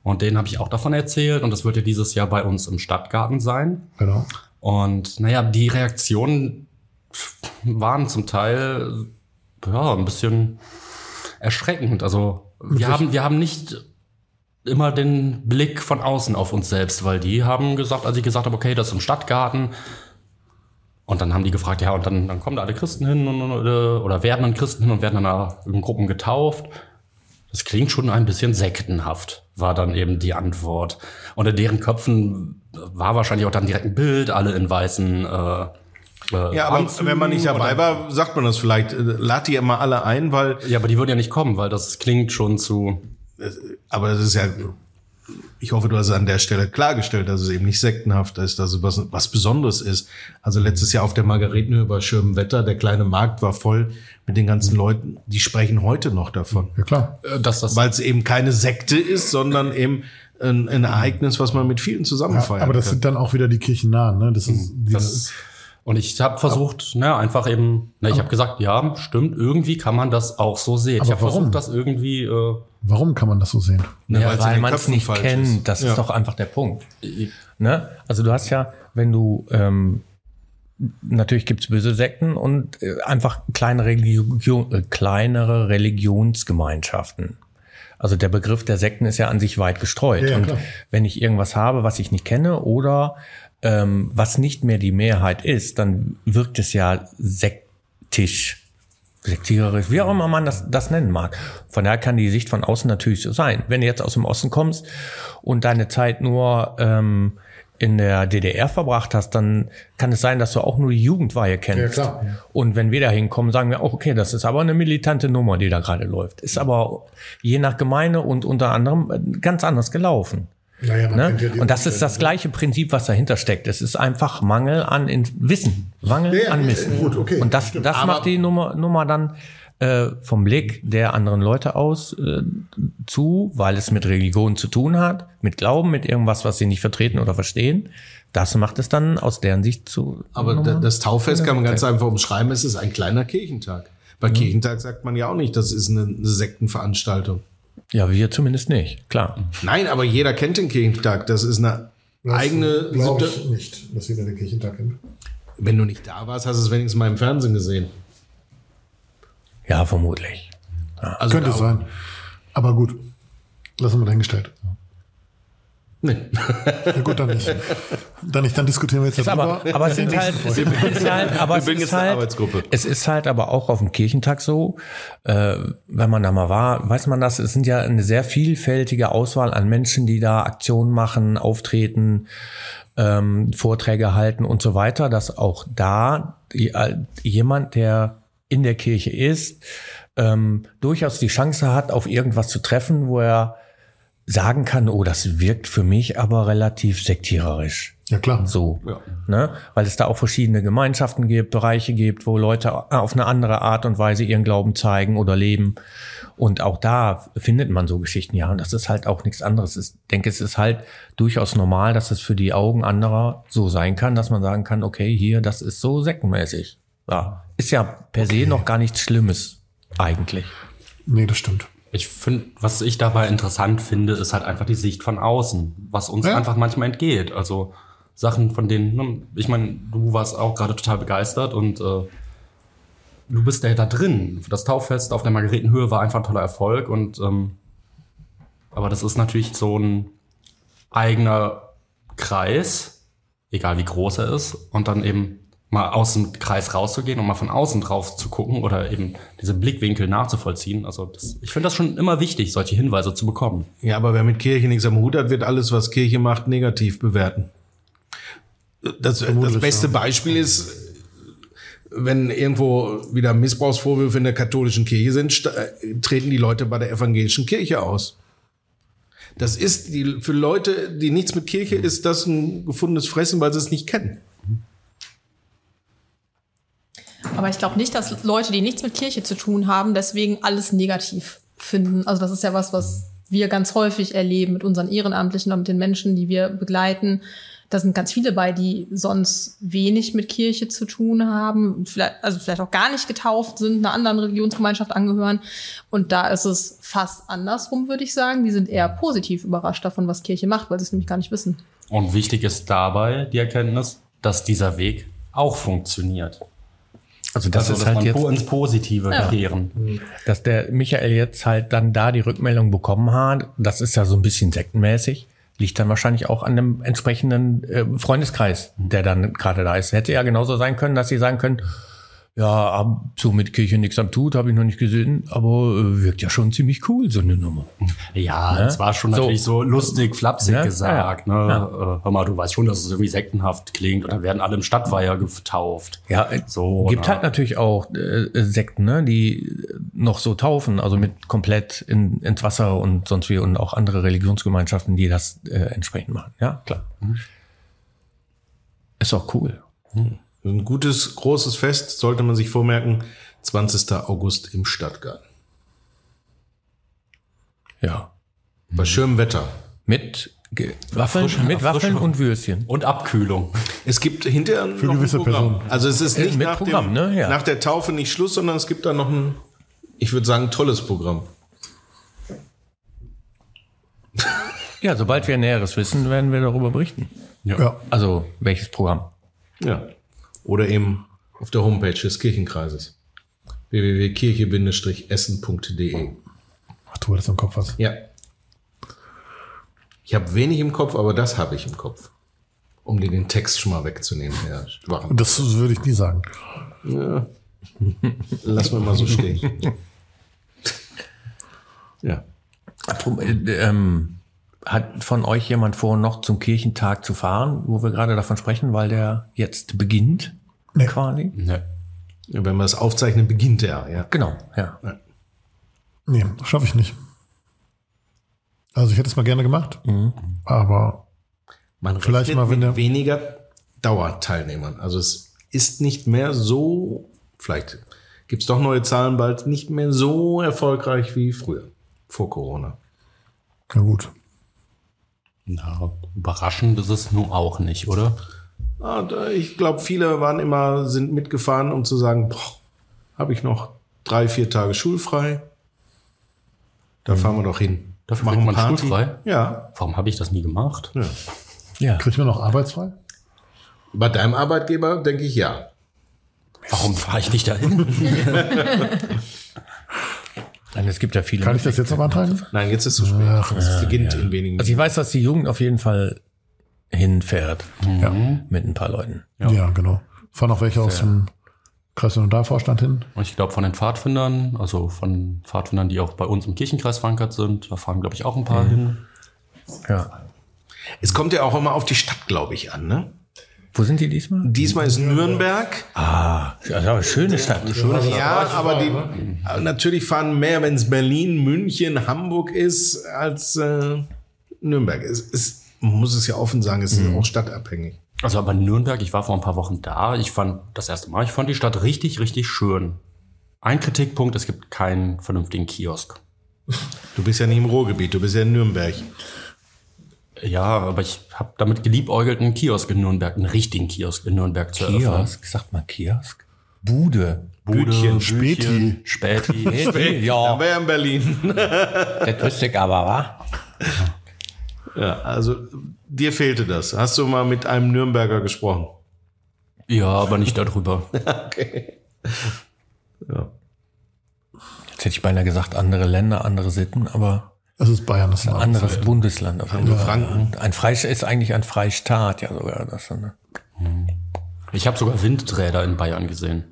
[SPEAKER 6] und denen habe ich auch davon erzählt und das wird ja dieses Jahr bei uns im Stadtgarten sein.
[SPEAKER 2] Genau.
[SPEAKER 6] Und naja, die Reaktionen waren zum Teil ja, ein bisschen erschreckend. Also wir haben, wir haben nicht immer den Blick von außen auf uns selbst, weil die haben gesagt, als ich gesagt habe, okay, das ist im Stadtgarten. Und dann haben die gefragt, ja, und dann, dann kommen da alle Christen hin und, und, oder oder werden dann Christen hin und werden dann in Gruppen getauft. Das klingt schon ein bisschen sektenhaft, war dann eben die Antwort. Und in deren Köpfen war wahrscheinlich auch dann direkt ein Bild, alle in weißen. Äh, äh,
[SPEAKER 3] Ja, aber
[SPEAKER 6] Anzügen
[SPEAKER 3] wenn man nicht dabei war, sagt man das vielleicht. Äh, Lad die immer alle ein, weil,
[SPEAKER 6] Ja, aber die würden ja nicht kommen, weil das klingt schon zu.
[SPEAKER 3] aber das ist ja, ich hoffe, du hast es an der Stelle klargestellt, dass es eben nicht sektenhaft ist, dass es was, was Besonderes ist. Also letztes Jahr auf der Margaretenhöhe bei schönem Wetter, der kleine Markt war voll mit den ganzen Leuten, die sprechen heute noch davon.
[SPEAKER 2] Ja, klar.
[SPEAKER 6] äh, Dass das
[SPEAKER 3] Weil es eben keine Sekte ist, sondern eben ein, ein Ereignis, was man mit vielen zusammen feiert.
[SPEAKER 2] Aber das sind dann auch wieder die kirchennahen, ne? Das ist
[SPEAKER 6] Das
[SPEAKER 2] dieses,
[SPEAKER 6] ist, und ich habe versucht, na, einfach eben, na, ich habe gesagt, ja, stimmt, irgendwie kann man das auch so sehen. Ich
[SPEAKER 2] Aber
[SPEAKER 6] habe
[SPEAKER 2] warum?
[SPEAKER 6] versucht, das irgendwie, äh,
[SPEAKER 2] warum kann man das so sehen?
[SPEAKER 3] Ne,
[SPEAKER 4] Ja,
[SPEAKER 3] weil's in
[SPEAKER 4] weil
[SPEAKER 3] den
[SPEAKER 4] man es
[SPEAKER 3] Köpfen
[SPEAKER 4] nicht
[SPEAKER 3] falsch
[SPEAKER 4] kennt.
[SPEAKER 3] ist.
[SPEAKER 4] Das
[SPEAKER 3] Ja.
[SPEAKER 4] ist doch einfach der Punkt. Ne? Also du hast ja, wenn du ähm, natürlich gibt's böse Sekten und äh, einfach kleine, Religion, äh, kleinere Religionsgemeinschaften. Also der Begriff der Sekten ist ja an sich weit gestreut.
[SPEAKER 2] Ja, ja,
[SPEAKER 4] und
[SPEAKER 2] klar.
[SPEAKER 4] wenn ich irgendwas habe, was ich nicht kenne oder ähm, was nicht mehr die Mehrheit ist, dann wirkt es ja sektisch sektiererisch, wie auch immer man das, das nennen mag. Von daher kann die Sicht von außen natürlich so sein. Wenn du jetzt aus dem Osten kommst und deine Zeit nur ähm, in der DDR verbracht hast, dann kann es sein, dass du auch nur die Jugendweihe kennst.
[SPEAKER 2] Ja, klar.
[SPEAKER 4] Und wenn wir da hinkommen, sagen wir auch, okay, das ist aber eine militante Nummer, die da gerade läuft. Ist aber je nach Gemeinde und unter anderem äh, ganz anders gelaufen.
[SPEAKER 2] Naja, man
[SPEAKER 4] Ne? Und das ist das gleiche Prinzip, was dahinter steckt. Es ist einfach Mangel an In Wissen. Mangel
[SPEAKER 2] Ja, ja,
[SPEAKER 4] an
[SPEAKER 2] ja,
[SPEAKER 4] Wissen.
[SPEAKER 2] gut, okay,
[SPEAKER 4] Und das,
[SPEAKER 2] stimmt.
[SPEAKER 4] das macht die Nummer, Nummer dann äh, vom Blick der anderen Leute aus äh, zu, weil es mit Religion zu tun hat, mit Glauben, mit irgendwas, was sie nicht vertreten oder verstehen. Das macht es dann aus deren Sicht zu.
[SPEAKER 3] Aber da-
[SPEAKER 4] Nummer-
[SPEAKER 3] das Tauffest kann man ganz einfach umschreiben, es ist ein kleiner Kirchentag. Bei Kirchentag sagt man ja auch nicht, das ist eine, eine Sektenveranstaltung.
[SPEAKER 4] ja, wir zumindest nicht. Klar.
[SPEAKER 3] Nein, aber jeder kennt den Kirchentag. Das ist eine eigene
[SPEAKER 2] Glaube
[SPEAKER 3] Sitte.
[SPEAKER 2] ich nicht, dass jeder den Kirchentag kennt.
[SPEAKER 3] Wenn du nicht da warst, hast du es wenigstens mal im Fernsehen gesehen.
[SPEAKER 4] Ja, vermutlich.
[SPEAKER 3] Also
[SPEAKER 2] Könnte
[SPEAKER 3] da-
[SPEAKER 2] sein. Aber gut. Lassen wir dahingestellt.
[SPEAKER 3] Nee.
[SPEAKER 2] Ja, gut, dann nicht. Dann nicht, dann diskutieren wir jetzt
[SPEAKER 4] Ist aber, aber es sind halt, es ist halt, aber
[SPEAKER 3] Wir
[SPEAKER 4] es
[SPEAKER 3] bilden
[SPEAKER 4] ist
[SPEAKER 3] jetzt eine
[SPEAKER 4] halt,
[SPEAKER 3] Arbeitsgruppe.
[SPEAKER 4] es ist halt aber auch auf dem Kirchentag so, äh, wenn man da mal war, weiß man das, es sind ja eine sehr vielfältige Auswahl an Menschen, die da Aktionen machen, auftreten, ähm, Vorträge halten und so weiter, dass auch da die, äh, jemand, der in der Kirche ist, ähm, durchaus die Chance hat, auf irgendwas zu treffen, wo er sagen kann, oh, das wirkt für mich aber relativ sektiererisch.
[SPEAKER 2] Ja, klar.
[SPEAKER 4] So. Ne? Weil es da auch verschiedene Gemeinschaften gibt, Bereiche gibt, wo Leute äh, auf eine andere Art und Weise ihren Glauben zeigen oder leben. Und auch da findet man so Geschichten, ja. Und das ist halt auch nichts anderes. Ich denke, es ist halt durchaus normal, dass es für die Augen anderer so sein kann, dass man sagen kann, okay, hier, das ist so sektenmäßig. Ja. Ist ja per se noch gar nichts Schlimmes, eigentlich.
[SPEAKER 2] Nee, das stimmt.
[SPEAKER 6] ich finde, was ich dabei interessant finde, ist halt einfach die Sicht von außen, was uns
[SPEAKER 2] Ja.
[SPEAKER 6] einfach manchmal entgeht. Also Sachen, von denen, ne, ich meine, du warst auch gerade total begeistert und äh, du bist ja da drin. Das Tauffest auf der Margaretenhöhe war einfach ein toller Erfolg und ähm, aber das ist natürlich so ein eigener Kreis, egal wie groß er ist, und dann eben mal aus dem Kreis rauszugehen und mal von außen drauf zu gucken oder eben diese Blickwinkel nachzuvollziehen. Also das, ich finde das schon immer wichtig, solche Hinweise zu bekommen.
[SPEAKER 3] Ja, aber wer mit Kirche nichts am Hut hat, wird alles, was Kirche macht, negativ bewerten. Das, das
[SPEAKER 2] Vermutlich,
[SPEAKER 3] beste Beispiel ist, wenn irgendwo wieder Missbrauchsvorwürfe in der katholischen Kirche sind, sta- äh, treten die Leute bei der evangelischen Kirche aus. Das ist die, für Leute, die nichts mit Kirche ist, das ein gefundenes Fressen, weil sie es nicht kennen.
[SPEAKER 5] Aber ich glaube nicht, dass Leute, die nichts mit Kirche zu tun haben, deswegen alles negativ finden. Also das ist ja was, was wir ganz häufig erleben mit unseren Ehrenamtlichen und mit den Menschen, die wir begleiten, da sind ganz viele bei, die sonst wenig mit Kirche zu tun haben, vielleicht, also vielleicht auch gar nicht getauft sind, einer anderen Religionsgemeinschaft angehören. Und da ist es fast andersrum, würde ich sagen. Die sind eher positiv überrascht davon, was Kirche macht, weil sie es nämlich gar nicht wissen.
[SPEAKER 6] Und wichtig ist dabei die Erkenntnis, dass dieser Weg auch funktioniert.
[SPEAKER 4] Also das
[SPEAKER 6] also,
[SPEAKER 4] ist
[SPEAKER 6] dass
[SPEAKER 4] halt
[SPEAKER 6] man
[SPEAKER 4] jetzt,
[SPEAKER 6] po- ins Positive
[SPEAKER 5] Ja.
[SPEAKER 6] kehren.
[SPEAKER 4] dass der Michael jetzt halt dann da die Rückmeldung bekommen hat, das ist ja so ein bisschen sektenmäßig, liegt dann wahrscheinlich auch an dem entsprechenden äh, Freundeskreis, der dann gerade da ist. Hätte ja genauso sein können, dass sie sagen können, ja, ab so mit Kirche nichts am Tut, habe ich noch nicht gesehen, aber äh, wirkt ja schon ziemlich cool, so eine Nummer.
[SPEAKER 6] Ja, es war schon
[SPEAKER 4] Ne? So.
[SPEAKER 6] natürlich so lustig, flapsig
[SPEAKER 4] Ne?
[SPEAKER 6] gesagt.
[SPEAKER 4] Ja, ja.
[SPEAKER 6] Ne? Äh, Hör mal, du weißt schon, dass es irgendwie sektenhaft klingt und dann werden alle im Stadtweiher getauft.
[SPEAKER 4] Ja, äh,
[SPEAKER 6] So,
[SPEAKER 4] gibt
[SPEAKER 6] ne?
[SPEAKER 4] halt natürlich auch äh, Sekten, ne, die äh, noch so taufen, also mit komplett in, ins Wasser und sonst wie und auch andere Religionsgemeinschaften, die das äh, entsprechend machen. Ja, klar. Ist auch cool.
[SPEAKER 3] Ein gutes, großes Fest, sollte man sich vormerken. 20. August im Stadtgarten.
[SPEAKER 4] Ja.
[SPEAKER 3] Bei schönem Wetter.
[SPEAKER 4] Mit Ge Waffeln, mit Waffeln und Würstchen.
[SPEAKER 6] Und Abkühlung.
[SPEAKER 3] Es gibt hinterher noch ein
[SPEAKER 2] gewisse
[SPEAKER 3] Programm.
[SPEAKER 2] Personen.
[SPEAKER 3] Also es ist
[SPEAKER 4] Äh,
[SPEAKER 3] nicht
[SPEAKER 4] mit
[SPEAKER 3] nach,
[SPEAKER 4] Programm,
[SPEAKER 3] dem,
[SPEAKER 4] ne? Ja.
[SPEAKER 3] nach der Taufe nicht Schluss, sondern es gibt da noch ein, ich würde sagen, tolles Programm.
[SPEAKER 4] Ja, sobald wir Näheres wissen, werden wir darüber berichten.
[SPEAKER 2] Ja.
[SPEAKER 4] Also, welches Programm?
[SPEAKER 3] Ja. Oder eben auf der Homepage des Kirchenkreises. www.kirche-essen.de
[SPEAKER 2] Ach, du hattest im Kopf was.
[SPEAKER 3] Ja. Ich habe wenig im Kopf, aber das habe ich im Kopf. Um dir den Text schon mal wegzunehmen, Herr Schwachen.
[SPEAKER 2] Und das würde ich nie sagen.
[SPEAKER 3] Ja. Lass mir mal so stehen. ja.
[SPEAKER 4] Pro- äh, Ähm, hat von euch jemand vor, noch zum Kirchentag zu fahren, wo wir gerade davon sprechen, weil der jetzt beginnt,
[SPEAKER 2] Nee.
[SPEAKER 4] quasi?
[SPEAKER 3] Ja, Wenn wir das aufzeichnen, beginnt er, ja.
[SPEAKER 4] Genau, ja.
[SPEAKER 2] Nee, schaffe ich nicht. Also ich hätte es mal gerne gemacht,
[SPEAKER 4] Mhm.
[SPEAKER 2] aber
[SPEAKER 3] Man
[SPEAKER 2] Vielleicht
[SPEAKER 3] rechnet
[SPEAKER 2] mal, wenn
[SPEAKER 3] mit
[SPEAKER 2] der-
[SPEAKER 3] weniger Dauerteilnehmern. Also es ist nicht mehr so, vielleicht gibt es doch neue Zahlen bald, nicht mehr so erfolgreich wie früher, vor Corona.
[SPEAKER 2] na gut.
[SPEAKER 6] Na, überraschend ist es nun auch nicht, oder?
[SPEAKER 3] Ah, da- Ich glaube, viele waren immer, sind mitgefahren, um zu sagen, boah, habe ich noch drei, vier Tage schulfrei. Da fahren wir doch hin.
[SPEAKER 6] Dafür kriegt man
[SPEAKER 3] Party.
[SPEAKER 6] schulfrei?
[SPEAKER 3] Ja.
[SPEAKER 6] Warum habe ich das nie gemacht?
[SPEAKER 4] Ja.
[SPEAKER 2] Kriegt man noch arbeitsfrei?
[SPEAKER 3] Bei deinem Arbeitgeber denke ich ja.
[SPEAKER 6] Warum fahre ich nicht dahin?
[SPEAKER 4] Nein, es gibt ja viele.
[SPEAKER 2] Kann ich das jetzt noch antragen?
[SPEAKER 3] Nein, jetzt ist zu spät. es beginnt in wenigen
[SPEAKER 4] also ich weiß, dass die Jugend auf jeden Fall hinfährt. Ja. Mit ein paar Leuten.
[SPEAKER 2] Ja, genau. Fahren auch welche aus dem Kreis- und Vorstand hin.
[SPEAKER 6] Und ich glaube, von den Pfadfindern, also von Pfadfindern, die auch bei uns im Kirchenkreis verankert sind, da fahren, glaube ich, auch ein paar hin.
[SPEAKER 4] Ja.
[SPEAKER 3] Es kommt ja auch immer auf die Stadt, glaube ich, an. Ne?
[SPEAKER 4] Wo sind die diesmal?
[SPEAKER 3] Diesmal ist Nürnberg.
[SPEAKER 4] Ah, ja, ja, schöne Stadt.
[SPEAKER 3] Ja, aber die, aber natürlich fahren mehr, wenn es Berlin, München, Hamburg ist, als äh, Nürnberg. Es, es man muss es ja offen sagen, es ist auch stadtabhängig.
[SPEAKER 6] Also aber Nürnberg, ich war vor ein paar Wochen da. Ich fand das erste Mal, ich fand die Stadt richtig, richtig schön. Ein Kritikpunkt, es gibt keinen vernünftigen Kiosk.
[SPEAKER 3] Du bist ja nicht im Ruhrgebiet, du bist ja in Nürnberg.
[SPEAKER 6] Ja, aber ich habe damit geliebäugelt, einen Kiosk in Nürnberg, einen richtigen Kiosk in Nürnberg zu eröffnen.
[SPEAKER 4] Kiosk, sagt man Kiosk? Bude.
[SPEAKER 3] Bütchen,
[SPEAKER 2] Späti.
[SPEAKER 6] Späti.
[SPEAKER 4] Bude.
[SPEAKER 3] Aber
[SPEAKER 4] Ja,
[SPEAKER 3] ja in Berlin.
[SPEAKER 4] das wüsste ich aber, wa?
[SPEAKER 3] Ja, also dir fehlte das. Hast du mal mit einem Nürnberger gesprochen?
[SPEAKER 6] ja, aber nicht darüber.
[SPEAKER 4] Jetzt hätte ich beinahe gesagt, andere Länder, andere Sitten, aber
[SPEAKER 2] Es ist Bayern, das ist ein
[SPEAKER 4] ein anderes Bundesland. Auf jeden Fall.
[SPEAKER 3] Franken.
[SPEAKER 4] Ein Freistaat ist eigentlich ein Freistaat, ja sogar. Das, ne?
[SPEAKER 6] Ich habe sogar Windräder in Bayern gesehen.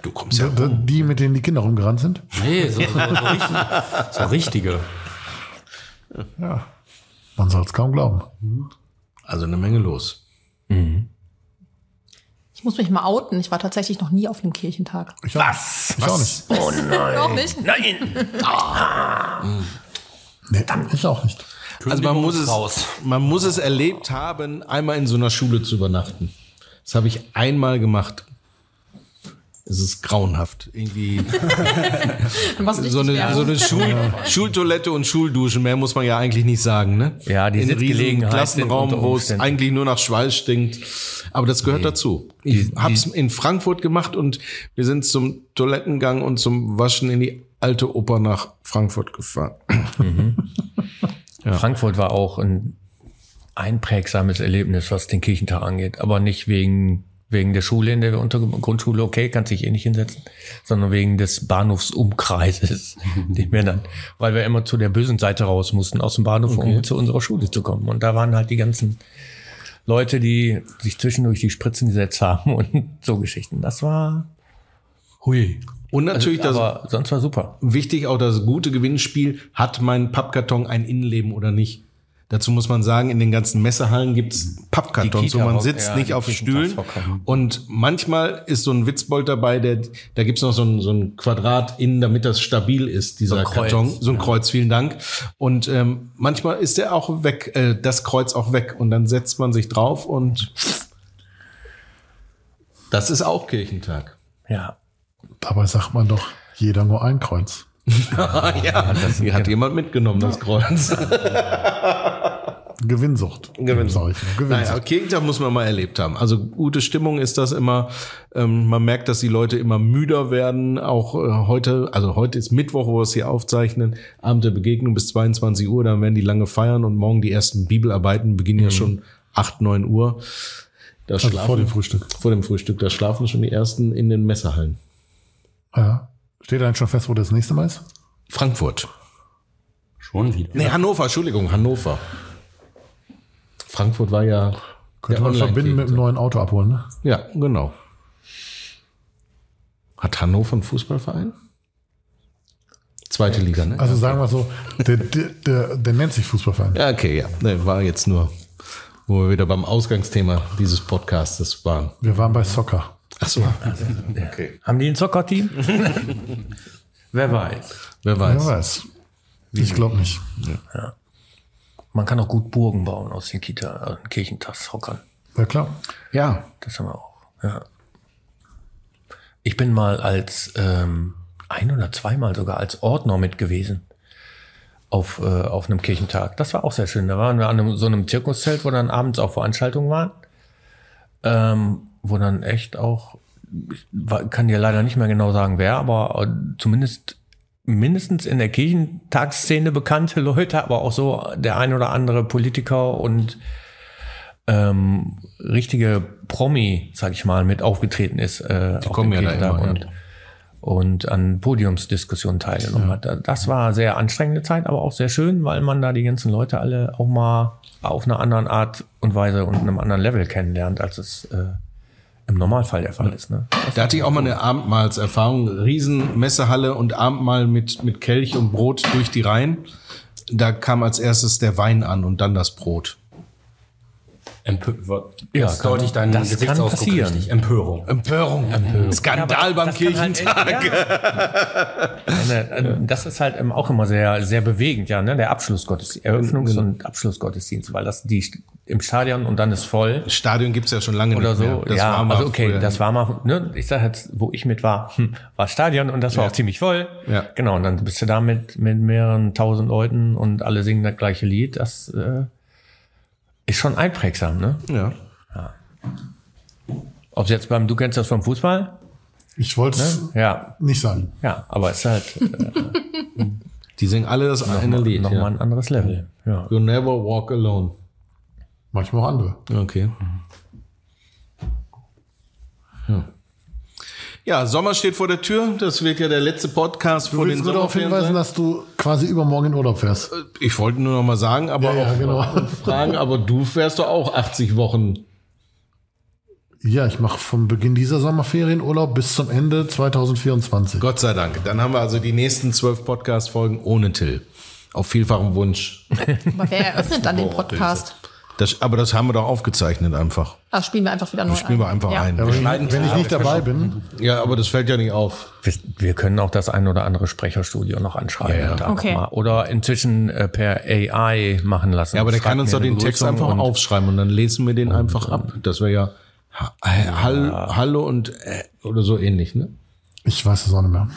[SPEAKER 3] Du kommst ja.
[SPEAKER 2] D- Die, mit denen die Kinder rumgerannt sind?
[SPEAKER 6] Nee, so, so, so, richtig, so richtige.
[SPEAKER 2] Ja. Man soll es kaum glauben.
[SPEAKER 3] Also eine Menge los.
[SPEAKER 5] Ich muss mich mal outen. Ich war tatsächlich noch nie auf einem Kirchentag.
[SPEAKER 2] Ich Was? Ich auch nicht.
[SPEAKER 5] Noch nicht?
[SPEAKER 2] Nee, ich auch nicht.
[SPEAKER 3] Also man muss, es,
[SPEAKER 6] raus.
[SPEAKER 3] man muss es erlebt haben, einmal in so einer Schule zu übernachten. Das habe ich einmal gemacht. Es ist grauenhaft. Irgendwie
[SPEAKER 5] Dann machst du
[SPEAKER 3] so
[SPEAKER 5] richtig
[SPEAKER 3] eine, so
[SPEAKER 5] Werbung.
[SPEAKER 3] eine Schul Schultoilette und Schulduschen, mehr muss man ja eigentlich nicht sagen, ne?
[SPEAKER 4] Ja, die
[SPEAKER 3] In einem riesigen
[SPEAKER 4] Sitzgelegenheit
[SPEAKER 3] Klassenraum,
[SPEAKER 4] sind unter
[SPEAKER 3] wo es
[SPEAKER 4] Umständen.
[SPEAKER 3] eigentlich nur nach Schweiß stinkt. Aber das gehört dazu. Ich hab's in Frankfurt gemacht und wir sind zum Toilettengang und zum Waschen in die alte Oper nach Frankfurt gefahren.
[SPEAKER 4] Frankfurt war auch ein einprägsames Erlebnis, was den Kirchentag angeht, aber nicht wegen wegen der Schule in der Unter Grundschule, okay, kannst dich eh nicht hinsetzen, sondern wegen des Bahnhofsumkreises, den wir dann, weil wir immer zu der bösen Seite raus mussten aus dem Bahnhof, um zu unserer Schule zu kommen. Und da waren halt die ganzen Leute, die sich zwischendurch die Spritzen gesetzt haben und so Geschichten. Das war hui.
[SPEAKER 3] Und natürlich das
[SPEAKER 4] Also, aber sonst war super.
[SPEAKER 3] wichtig auch das gute Gewinnspiel, hat mein Pappkarton ein Innenleben oder nicht? Dazu muss man sagen, in den ganzen Messehallen gibt's Pappkartons,
[SPEAKER 4] Die
[SPEAKER 3] wo
[SPEAKER 4] Kita-
[SPEAKER 3] man sitzt
[SPEAKER 4] ja, die
[SPEAKER 3] nicht auf Stühlen.
[SPEAKER 4] Kirchentagshocker.
[SPEAKER 3] Und manchmal ist so ein Witzbold dabei, der, da gibt's noch so ein, so ein Quadrat innen, damit das stabil ist, dieser
[SPEAKER 4] Kreuz,
[SPEAKER 3] Karton. So ein Kreuz, vielen Dank. Und ähm, manchmal ist der auch weg, äh, das Kreuz auch weg. Und dann setzt man sich drauf und das ist auch Kirchentag.
[SPEAKER 4] Ja.
[SPEAKER 2] Dabei sagt man doch, jeder nur ein Kreuz.
[SPEAKER 3] ja, das hat jemand mitgenommen, das Kreuz.
[SPEAKER 2] Gewinnsucht.
[SPEAKER 3] Gewinnsucht.
[SPEAKER 2] Sag ich nur, Gewinnsucht.
[SPEAKER 3] Naja, Kirchentag muss man mal erlebt haben. Also gute Stimmung ist das immer. Ähm, man merkt, dass die Leute immer müder werden. Auch äh, heute, also heute ist Mittwoch, wo wir es hier aufzeichnen. Abend der Begegnung bis 22 Uhr. Dann werden die lange feiern und morgen die ersten Bibelarbeiten beginnen ja schon 8, 9 Uhr.
[SPEAKER 2] Mhm.
[SPEAKER 3] Da
[SPEAKER 2] Also
[SPEAKER 3] schlafen,
[SPEAKER 2] vor dem Frühstück.
[SPEAKER 3] vor dem Frühstück, da schlafen schon die ersten in den Messerhallen.
[SPEAKER 2] Ja. Steht dann schon fest, wo das nächste Mal ist?
[SPEAKER 3] Frankfurt.
[SPEAKER 6] Schon wieder.
[SPEAKER 3] Nee, Hannover, Entschuldigung, Hannover. Frankfurt war ja.
[SPEAKER 2] Könnte
[SPEAKER 3] der
[SPEAKER 2] man verbinden mit
[SPEAKER 3] Online-Gegend.
[SPEAKER 2] dem neuen Auto abholen, ne?
[SPEAKER 3] Ja, genau. Hat Hannover einen Fußballverein? Zweite Liga, ne?
[SPEAKER 2] Also sagen wir so, der, der, der, der nennt sich Fußballverein.
[SPEAKER 3] Ja, okay, ja. Ne, war jetzt nur, wo wir wieder beim Ausgangsthema dieses Podcasts waren.
[SPEAKER 2] Wir waren bei Soccer.
[SPEAKER 3] Ach so,
[SPEAKER 4] also- Haben die ein Soccer-Team? Wer weiß.
[SPEAKER 2] Wer
[SPEAKER 3] wer weiß.
[SPEAKER 2] weiß. Ich glaube nicht.
[SPEAKER 4] Man kann auch gut Burgen bauen aus den Kita, äh, Kirchentagshockern.
[SPEAKER 2] Ja klar.
[SPEAKER 3] Ja,
[SPEAKER 4] Das haben wir auch. Ja. Ich bin mal als ähm, ein oder zweimal sogar als Ordner mit gewesen auf, äh, auf einem Kirchentag. Das war auch sehr schön. Da waren wir an einem, so einem Zirkuszelt, wo dann abends auch Veranstaltungen waren, ähm, wo dann echt auch, ich wa- kann dir leider nicht mehr genau sagen, wer, aber äh, zumindest mindestens in der Kirchentagsszene bekannte Leute, aber auch so der ein oder andere Politiker und ähm, richtige Promi, sag ich mal, mit aufgetreten ist. Äh, auf
[SPEAKER 3] kommen
[SPEAKER 4] dem
[SPEAKER 3] ja da
[SPEAKER 4] Kirchentag
[SPEAKER 3] immer,
[SPEAKER 4] und,
[SPEAKER 3] ja.
[SPEAKER 4] und an Podiumsdiskussionen teilgenommen hat. Das war sehr anstrengende Zeit, aber auch sehr schön, weil man da die ganzen Leute alle auch mal auf einer anderen Art und Weise und einem anderen Level kennenlernt, als es äh, im Normalfall der Fall ist. Ne?
[SPEAKER 3] da hatte ich auch mal eine Abendmahlserfahrung. Riesen Messehalle und Abendmahl mit, mit Kelch und Brot durch die Reihen. Da kam als erstes der Wein an und dann das Brot.
[SPEAKER 6] Empörung.
[SPEAKER 4] Ja,
[SPEAKER 6] das
[SPEAKER 4] kann-
[SPEAKER 6] deute ich deinen
[SPEAKER 4] das kann
[SPEAKER 6] Gesichtsausdruck
[SPEAKER 4] passieren.
[SPEAKER 6] richtig. Empörung.
[SPEAKER 3] Empörung. Skandal beim Kirchentag.
[SPEAKER 4] halt, Ne, äh, Das ist halt ähm, auch immer sehr, sehr bewegend, ja, ne? Der Abschlussgottesdienst, Eröffnungs- und Abschlussgottesdienst, weil das die st- im Stadion und dann ist voll
[SPEAKER 3] Stadion gibt's ja schon lange
[SPEAKER 4] oder
[SPEAKER 3] nicht
[SPEAKER 4] so.
[SPEAKER 3] mehr.
[SPEAKER 4] Ja,
[SPEAKER 3] mal
[SPEAKER 4] also okay,
[SPEAKER 3] früher.
[SPEAKER 4] das war mal, ne? Ich sag jetzt, wo ich mit war, hm, war Stadion und das war auch ziemlich voll.
[SPEAKER 3] Ja.
[SPEAKER 4] Genau, und dann bist du da mit, mit mehreren tausend Leuten und alle singen das gleiche Lied. Das äh, ist schon einprägsam, ne?
[SPEAKER 3] Ja.
[SPEAKER 4] Ob jetzt beim, du kennst das vom Fußball?
[SPEAKER 2] Ich wollte es
[SPEAKER 4] Ja,
[SPEAKER 2] nicht sagen.
[SPEAKER 4] ja, aber es ist halt äh,
[SPEAKER 3] Die singen alle das eine Lied.
[SPEAKER 4] nochmal
[SPEAKER 3] ja.
[SPEAKER 4] ein anderes Level. Ja.
[SPEAKER 3] You never walk alone.
[SPEAKER 2] Manchmal auch andere.
[SPEAKER 3] Okay. Ja. ja, Sommer steht vor der Tür. Das wird ja der letzte Podcast
[SPEAKER 2] Du
[SPEAKER 3] vor den
[SPEAKER 2] willst nur darauf
[SPEAKER 3] Sommerferien
[SPEAKER 2] hinweisen,
[SPEAKER 3] sein.
[SPEAKER 2] dass du quasi übermorgen in Urlaub fährst.
[SPEAKER 3] Ich wollte nur noch mal sagen, aber
[SPEAKER 2] Ja, ja,
[SPEAKER 3] auch
[SPEAKER 2] genau.
[SPEAKER 3] fragen, aber du fährst doch auch 80 Wochen.
[SPEAKER 2] Ja, ich mache vom Beginn dieser Sommerferien Urlaub bis zum Ende 2024.
[SPEAKER 3] Gott sei Dank. Dann haben wir also die nächsten zwölf Podcast-Folgen ohne Till. Auf vielfachen Wunsch.
[SPEAKER 5] Aber wer eröffnet dann den Podcast?
[SPEAKER 3] Das, aber das haben wir doch aufgezeichnet einfach.
[SPEAKER 5] Ach, spielen wir einfach wieder neu
[SPEAKER 3] Das spielen wir einfach
[SPEAKER 5] ja.
[SPEAKER 3] ein.
[SPEAKER 2] Ja, wenn, wenn ich nicht dabei bin,
[SPEAKER 3] Ja, aber das fällt ja nicht auf.
[SPEAKER 4] Wir, wir können auch das ein oder andere Sprecherstudio noch anschreiben.
[SPEAKER 3] Ja, ja.
[SPEAKER 4] und da noch
[SPEAKER 5] Okay.
[SPEAKER 4] mal- Oder inzwischen äh, per AI machen lassen.
[SPEAKER 3] Ja, aber der kann
[SPEAKER 4] Schreibt
[SPEAKER 3] uns
[SPEAKER 4] mir
[SPEAKER 3] doch
[SPEAKER 4] eine
[SPEAKER 3] den Text
[SPEAKER 4] Begrüßung
[SPEAKER 3] einfach
[SPEAKER 4] und-
[SPEAKER 3] aufschreiben und dann lesen wir den einfach ab. Das wäre ähm, ja Ha- äh, Hall, Halle und äh, oder so ähnlich, ne?
[SPEAKER 2] Ich weiß es auch nicht mehr.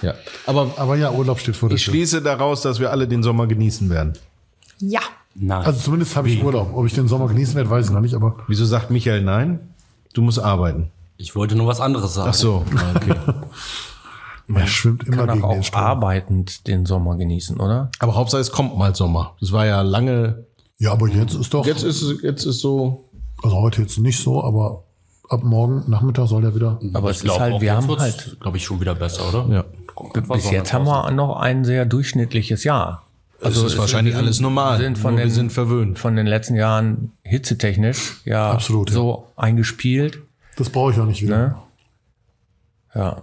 [SPEAKER 3] Ja. Aber äh,
[SPEAKER 2] Aber ja, Urlaub steht vor der
[SPEAKER 3] ich
[SPEAKER 2] Tür.
[SPEAKER 3] schließe daraus, dass wir alle den Sommer genießen werden.
[SPEAKER 5] Ja.
[SPEAKER 6] Nein.
[SPEAKER 2] Also zumindest habe ich Urlaub. Ob ich den Sommer genießen werde, weiß ich noch nicht, aber
[SPEAKER 3] Wieso sagt Michael nein? Du musst arbeiten.
[SPEAKER 6] ich wollte nur was anderes sagen.
[SPEAKER 3] Ach so. Okay.
[SPEAKER 2] er schwimmt immer
[SPEAKER 4] Kann
[SPEAKER 2] gegen
[SPEAKER 4] auch,
[SPEAKER 2] den
[SPEAKER 4] auch
[SPEAKER 2] Strom.
[SPEAKER 4] arbeitend den Sommer genießen, oder?
[SPEAKER 3] Aber Hauptsache es kommt mal Sommer. Das war ja lange.
[SPEAKER 2] Ja, aber jetzt ist doch,
[SPEAKER 3] Jetzt ist es jetzt ist so.
[SPEAKER 2] also heute jetzt nicht so, aber ab morgen Nachmittag soll er wieder.
[SPEAKER 4] Aber es ist halt, wir haben halt,
[SPEAKER 6] glaube ich, schon wieder besser, oder?
[SPEAKER 3] Ja.
[SPEAKER 4] bis jetzt haben wir noch ein sehr durchschnittliches Jahr.
[SPEAKER 3] Also es ist wahrscheinlich
[SPEAKER 4] wir
[SPEAKER 3] alles normal.
[SPEAKER 4] Sind von
[SPEAKER 3] nur
[SPEAKER 4] den,
[SPEAKER 3] wir sind verwöhnt.
[SPEAKER 4] von den letzten Jahren hitzetechnisch ja
[SPEAKER 2] Absolut, ja.
[SPEAKER 4] so eingespielt.
[SPEAKER 2] Das brauche ich auch nicht wieder.
[SPEAKER 4] Ne? Ja.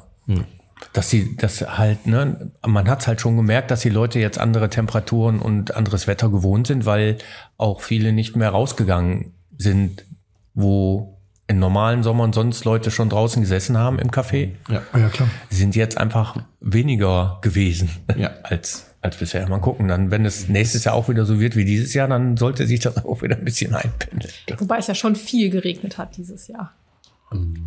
[SPEAKER 4] Dass sie das halt, ne, man hat es halt schon gemerkt, dass die Leute jetzt andere Temperaturen und anderes Wetter gewohnt sind, weil auch viele nicht mehr rausgegangen sind, wo in normalen Sommern sonst Leute schon draußen gesessen haben im Café,
[SPEAKER 2] Ah, Ja, klar.
[SPEAKER 4] sind jetzt einfach weniger gewesen
[SPEAKER 3] Ja.
[SPEAKER 4] als, als bisher. Mal gucken, dann, wenn es nächstes Jahr auch wieder so wird wie dieses Jahr, dann sollte sich das auch wieder ein bisschen einpendeln.
[SPEAKER 5] Wobei es ja schon viel geregnet hat dieses Jahr.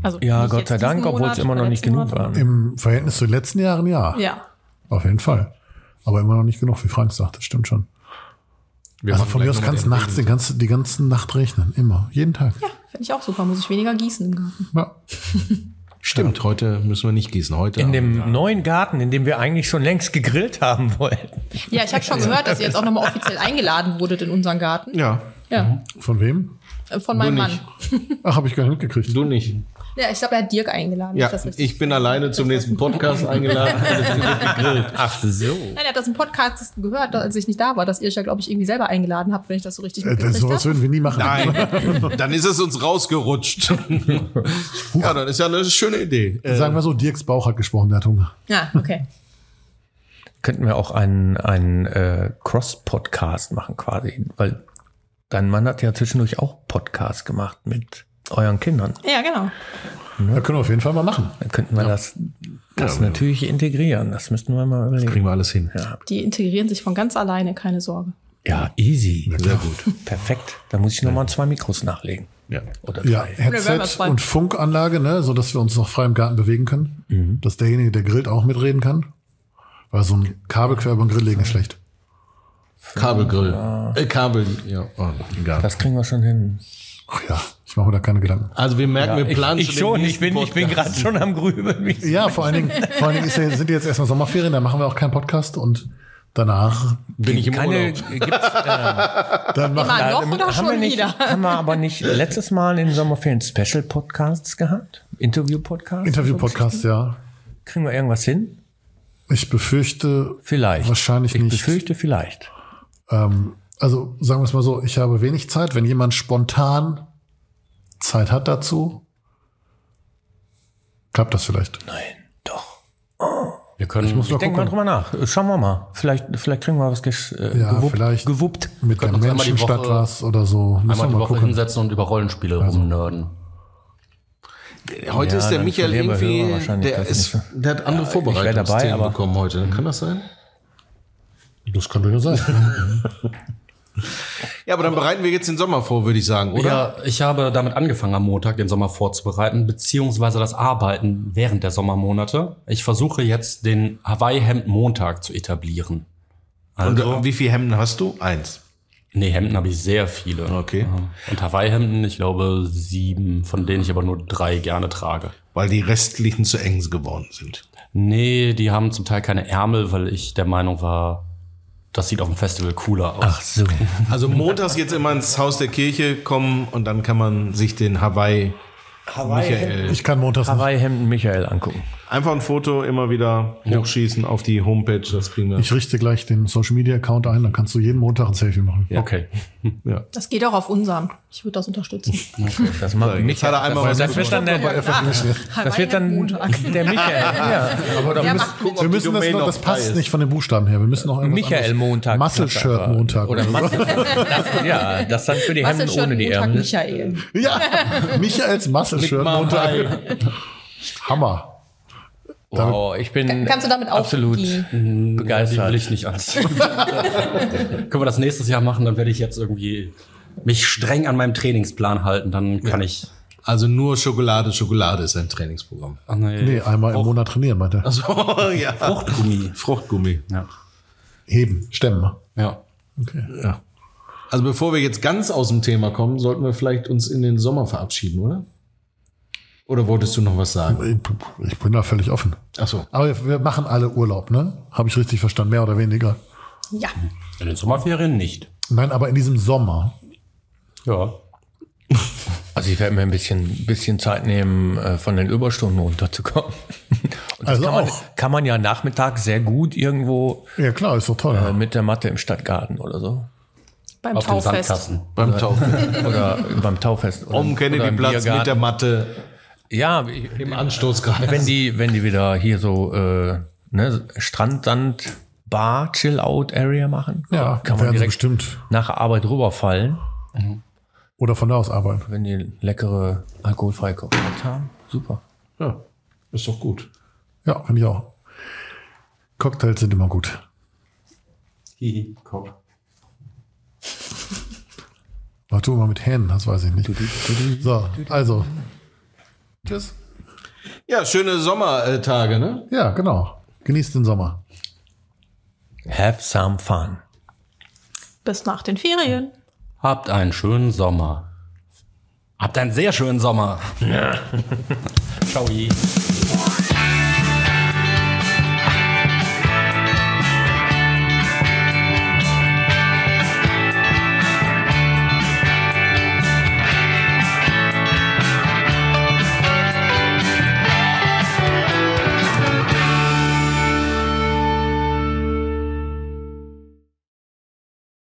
[SPEAKER 5] Also
[SPEAKER 4] Ja,
[SPEAKER 5] nicht
[SPEAKER 4] Gott
[SPEAKER 5] jetzt
[SPEAKER 4] sei
[SPEAKER 5] diesen
[SPEAKER 4] Dank, obwohl es
[SPEAKER 5] Monat,
[SPEAKER 4] immer noch
[SPEAKER 5] aber
[SPEAKER 4] nicht
[SPEAKER 5] letzten
[SPEAKER 4] genug
[SPEAKER 5] Monat.
[SPEAKER 4] waren.
[SPEAKER 2] Im Verhältnis zu den letzten Jahren, ja.
[SPEAKER 5] Ja.
[SPEAKER 2] Auf jeden Fall. Aber immer noch nicht genug, wie Frank sagt, das stimmt schon.
[SPEAKER 3] Wir
[SPEAKER 2] also
[SPEAKER 3] machen
[SPEAKER 2] von
[SPEAKER 3] gleich
[SPEAKER 2] mir aus
[SPEAKER 3] nochmal
[SPEAKER 2] kann es
[SPEAKER 3] den
[SPEAKER 2] nachts die ganze, die ganze Nacht regnen. Immer. Jeden Tag.
[SPEAKER 5] Ja, finde ich auch super. Muss ich weniger gießen im Garten.
[SPEAKER 2] Ja.
[SPEAKER 3] Stimmt, heute müssen wir nicht gießen. Heute
[SPEAKER 4] In dem neuen Garten, in dem wir eigentlich schon längst gegrillt haben wollten.
[SPEAKER 5] Ja, ich habe schon gehört, dass ihr jetzt auch nochmal offiziell eingeladen wurdet in unseren Garten.
[SPEAKER 3] ja,
[SPEAKER 5] Ja,
[SPEAKER 2] Von wem?
[SPEAKER 5] äh, von meinem
[SPEAKER 3] Du
[SPEAKER 5] Mann.
[SPEAKER 3] nicht.
[SPEAKER 2] Ach, habe ich gar nicht mitgekriegt.
[SPEAKER 3] du nicht.
[SPEAKER 5] Ja, ich glaube, er hat Dirk eingeladen.
[SPEAKER 3] Ja,
[SPEAKER 5] Ist das richtig?
[SPEAKER 3] ich bin alleine zum nächsten Podcast eingeladen.
[SPEAKER 4] Ach so.
[SPEAKER 5] Nein, er hat das im Podcast gehört, als ich nicht da war, dass ihr euch ja, glaube ich, irgendwie selber eingeladen habt, wenn ich das so richtig
[SPEAKER 2] Äh, das,
[SPEAKER 5] mitgekriegt
[SPEAKER 2] sowas
[SPEAKER 5] habe.
[SPEAKER 2] würden wir nie machen.
[SPEAKER 3] Nein, dann ist es uns rausgerutscht. ja, dann ist ja eine schöne Idee. Äh,
[SPEAKER 2] Sagen wir so, Dirks Bauch hat gesprochen, der hat Hunger.
[SPEAKER 5] Ja, okay.
[SPEAKER 4] Könnten wir auch einen, einen äh, Cross-Podcast machen quasi, weil dein Mann hat ja zwischendurch auch Podcast gemacht mit euren Kindern.
[SPEAKER 5] Ja, genau.
[SPEAKER 2] Ja, können wir auf jeden Fall mal machen.
[SPEAKER 4] Dann könnten wir das, das natürlich integrieren. Das müssten wir mal überlegen.
[SPEAKER 3] wir alles hin.
[SPEAKER 5] Die integrieren sich von ganz alleine, keine Sorge.
[SPEAKER 4] Ja, easy.
[SPEAKER 3] Sehr gut.
[SPEAKER 4] Perfekt. Da muss ich nochmal zwei Mikros nachlegen.
[SPEAKER 3] Ja.
[SPEAKER 4] Oder
[SPEAKER 2] Ja,
[SPEAKER 4] drei.
[SPEAKER 5] werden was
[SPEAKER 2] Headset
[SPEAKER 5] freuen.
[SPEAKER 2] und Funkanlage, ne, so dass wir uns noch frei im Garten bewegen können.
[SPEAKER 3] Mhm.
[SPEAKER 2] Dass derjenige, der grillt, auch mitreden kann. Weil so ein Kabel quer über den Grill legen ist schlecht.
[SPEAKER 3] Kabelgrill. Äh, Kabel, ja. Oh, egal.
[SPEAKER 4] Das kriegen wir schon hin.
[SPEAKER 2] Ach ja, ich mache mir da keine Gedanken.
[SPEAKER 3] also wir merken, wir planen
[SPEAKER 4] ich, ich schon.
[SPEAKER 3] den
[SPEAKER 4] Ich bin, ich bin gerade schon am Grübeln.
[SPEAKER 2] Ja, vor allen Dingen, vor allen Dingen ist ja, sind jetzt erstmal Sommerferien, da machen wir auch keinen Podcast und danach,
[SPEAKER 3] bin ich im
[SPEAKER 4] Keine,
[SPEAKER 3] Urlaub.
[SPEAKER 4] gibt's, äh,
[SPEAKER 2] dann machen
[SPEAKER 5] Immer noch
[SPEAKER 4] haben
[SPEAKER 5] oder
[SPEAKER 4] wir
[SPEAKER 5] schon
[SPEAKER 4] nicht,
[SPEAKER 5] wieder?
[SPEAKER 4] Haben wir aber nicht letztes Mal in den Sommerferien Special-Podcasts gehabt? Interview-Podcasts?
[SPEAKER 2] Interview-Podcast, ja.
[SPEAKER 4] Kriegen wir irgendwas hin?
[SPEAKER 2] Ich befürchte,
[SPEAKER 4] Vielleicht.
[SPEAKER 2] Wahrscheinlich
[SPEAKER 4] ich
[SPEAKER 2] nicht.
[SPEAKER 4] befürchte vielleicht.
[SPEAKER 2] also sagen wir es mal so, ich habe wenig Zeit. Wenn jemand spontan Zeit hat dazu, klappt das vielleicht.
[SPEAKER 4] Nein, doch.
[SPEAKER 6] Wir können, ich muss
[SPEAKER 4] Ich denke mal drüber nach. Schauen wir mal. Vielleicht, vielleicht kriegen wir was gesch- äh,
[SPEAKER 2] Ja,
[SPEAKER 4] gewuppt,
[SPEAKER 2] vielleicht.
[SPEAKER 4] gewuppt.
[SPEAKER 2] Mit der
[SPEAKER 6] uns einmal die
[SPEAKER 2] Menschenstadt
[SPEAKER 6] Woche-
[SPEAKER 2] was oder so. Müssen
[SPEAKER 6] einmal
[SPEAKER 2] wir
[SPEAKER 6] die
[SPEAKER 2] mal
[SPEAKER 6] Woche
[SPEAKER 2] gucken.
[SPEAKER 6] hinsetzen und über Rollenspiele rumnörden.
[SPEAKER 3] Heute
[SPEAKER 4] Ja,
[SPEAKER 3] ist der
[SPEAKER 4] dann
[SPEAKER 3] Michael
[SPEAKER 4] verlieren wir Hörer
[SPEAKER 3] irgendwie,
[SPEAKER 4] wahrscheinlich,
[SPEAKER 3] der,
[SPEAKER 4] das
[SPEAKER 3] ist,
[SPEAKER 4] nicht.
[SPEAKER 3] der hat andere
[SPEAKER 4] wär dabei,
[SPEAKER 3] Vorbereitungsthemen
[SPEAKER 4] aber-
[SPEAKER 3] bekommen heute. Kann das sein?
[SPEAKER 2] Das kann durchaus sein.
[SPEAKER 3] Ja, aber dann bereiten wir jetzt den Sommer vor, würde ich sagen, oder?
[SPEAKER 6] Oder ich habe damit angefangen, am Montag den Sommer vorzubereiten, beziehungsweise das Arbeiten während der Sommermonate. Ich versuche jetzt den Hawaii-Hemd-Montag zu etablieren.
[SPEAKER 3] Und
[SPEAKER 4] also-
[SPEAKER 3] äh, wie viele Hemden hast du? Eins.
[SPEAKER 6] Nee, Hemden habe ich sehr viele.
[SPEAKER 3] Okay.
[SPEAKER 6] Ja. Und Hawaii-Hemden, ich glaube, sieben, von denen ich aber nur drei gerne trage.
[SPEAKER 3] Weil die restlichen zu eng geworden sind.
[SPEAKER 6] Nee, die haben zum Teil keine Ärmel, weil ich der Meinung war, das sieht auf dem Festival cooler aus.
[SPEAKER 4] Ach so.
[SPEAKER 3] Also montags jetzt immer ins Haus der Kirche kommen und dann kann man sich den Hawaii, Michael
[SPEAKER 2] Ich kann montags nicht.
[SPEAKER 4] Hawaii-Hemden Michael angucken.
[SPEAKER 3] einfach ein Foto immer wieder hochschießen auf die Homepage, das kriegen wir.
[SPEAKER 2] Ich richte gleich den Social Media Account ein, dann kannst du jeden Montag ein Selfie machen.
[SPEAKER 6] Okay.
[SPEAKER 5] Das geht auch auf unserem. Ich würde das unterstützen.
[SPEAKER 4] Das macht
[SPEAKER 3] Jetzt hat
[SPEAKER 4] Michael.
[SPEAKER 3] er einmal
[SPEAKER 4] Das,
[SPEAKER 3] was
[SPEAKER 4] das wird dann der, das wird dann der Michael. ja.
[SPEAKER 2] Aber da
[SPEAKER 5] Ja,
[SPEAKER 2] müssen,
[SPEAKER 5] mach gut.
[SPEAKER 2] wir müssen das noch, das passt nicht von den Buchstaben her. Wir müssen noch irgendwas
[SPEAKER 4] Michael
[SPEAKER 2] anderes-
[SPEAKER 4] Montag.
[SPEAKER 2] Muscle Shirt Montag.
[SPEAKER 4] Oder
[SPEAKER 2] so.
[SPEAKER 4] Muscle, das, ja, das dann für die Hemden ohne die
[SPEAKER 5] Montag
[SPEAKER 4] Ärmel. Mhm.
[SPEAKER 5] Michael.
[SPEAKER 2] Ja, Michaels Muscle Shirt Montag. Hammer.
[SPEAKER 4] Wow, ich bin
[SPEAKER 5] Kannst du damit auch
[SPEAKER 4] absolut
[SPEAKER 5] die-
[SPEAKER 6] Die will
[SPEAKER 4] begeistert.
[SPEAKER 6] ich nicht anziehen. Können wir das nächstes Jahr machen, dann werde ich jetzt irgendwie mich streng an meinem Trainingsplan halten, dann kann ich
[SPEAKER 3] Also nur Schokolade, Schokolade ist ein Trainingsprogramm.
[SPEAKER 6] Ach, nee.
[SPEAKER 2] Nee, einmal im Monat trainieren, meinte er.
[SPEAKER 3] Also, ja.
[SPEAKER 6] Fruchtgummi.
[SPEAKER 3] Fruchtgummi.
[SPEAKER 6] Ja.
[SPEAKER 2] Heben, stemmen.
[SPEAKER 6] ja.
[SPEAKER 2] Okay.
[SPEAKER 3] Also bevor wir jetzt ganz aus dem Thema kommen, sollten wir vielleicht uns in den Sommer verabschieden, oder? Oder wolltest du noch was sagen?
[SPEAKER 2] Ich bin da völlig offen.
[SPEAKER 3] Ach so.
[SPEAKER 2] Aber wir machen alle Urlaub, ne? Habe ich richtig verstanden, mehr oder weniger.
[SPEAKER 5] Ja.
[SPEAKER 4] Mhm.
[SPEAKER 6] In den Sommerferien nicht.
[SPEAKER 2] Nein, aber in diesem Sommer.
[SPEAKER 6] Ja.
[SPEAKER 4] Also ich werde mir ein bisschen, bisschen Zeit nehmen, äh, von den Überstunden runterzukommen. Und das
[SPEAKER 2] Also
[SPEAKER 4] kann, man,
[SPEAKER 2] auch.
[SPEAKER 4] kann man ja nachmittags sehr gut irgendwo
[SPEAKER 2] Ja, klar, ist doch toll.
[SPEAKER 4] äh, mit der Matte im Stadtgarten oder so.
[SPEAKER 5] Beim
[SPEAKER 6] Auf dem
[SPEAKER 5] Taufest.
[SPEAKER 6] Sandkasten.
[SPEAKER 3] Beim Tauchen.
[SPEAKER 4] Oder beim Taufest. Oder,
[SPEAKER 3] Um
[SPEAKER 4] oder im
[SPEAKER 3] Kennedy-Platz mit der
[SPEAKER 4] Biergarten.
[SPEAKER 3] Matte
[SPEAKER 4] Ja, ich-
[SPEAKER 3] im Anstoßkreis.
[SPEAKER 4] wenn die, wenn die wieder hier so äh, ne, Strandsand, Bar, Chill-Out-Area machen,
[SPEAKER 2] Ja,
[SPEAKER 4] kann man
[SPEAKER 2] werden sie
[SPEAKER 4] direkt
[SPEAKER 2] bestimmt.
[SPEAKER 4] nach der Arbeit rüberfallen,
[SPEAKER 2] Oder von da aus arbeiten.
[SPEAKER 4] wenn die leckere alkoholfreie Cocktails haben. Super.
[SPEAKER 3] ja, ist doch gut.
[SPEAKER 2] Ja, finde ich auch. Cocktails sind immer gut.
[SPEAKER 6] Hihi, komm.
[SPEAKER 2] Mach du immer mit Händen, das weiß ich nicht. So, also. Tschüss.
[SPEAKER 3] Ja, schöne Sommertage, ne?
[SPEAKER 2] Ja, genau. Genießt den Sommer.
[SPEAKER 4] Have some fun.
[SPEAKER 5] Bis nach den Ferien.
[SPEAKER 6] Habt einen schönen Sommer. Habt einen sehr schönen Sommer. Ciao.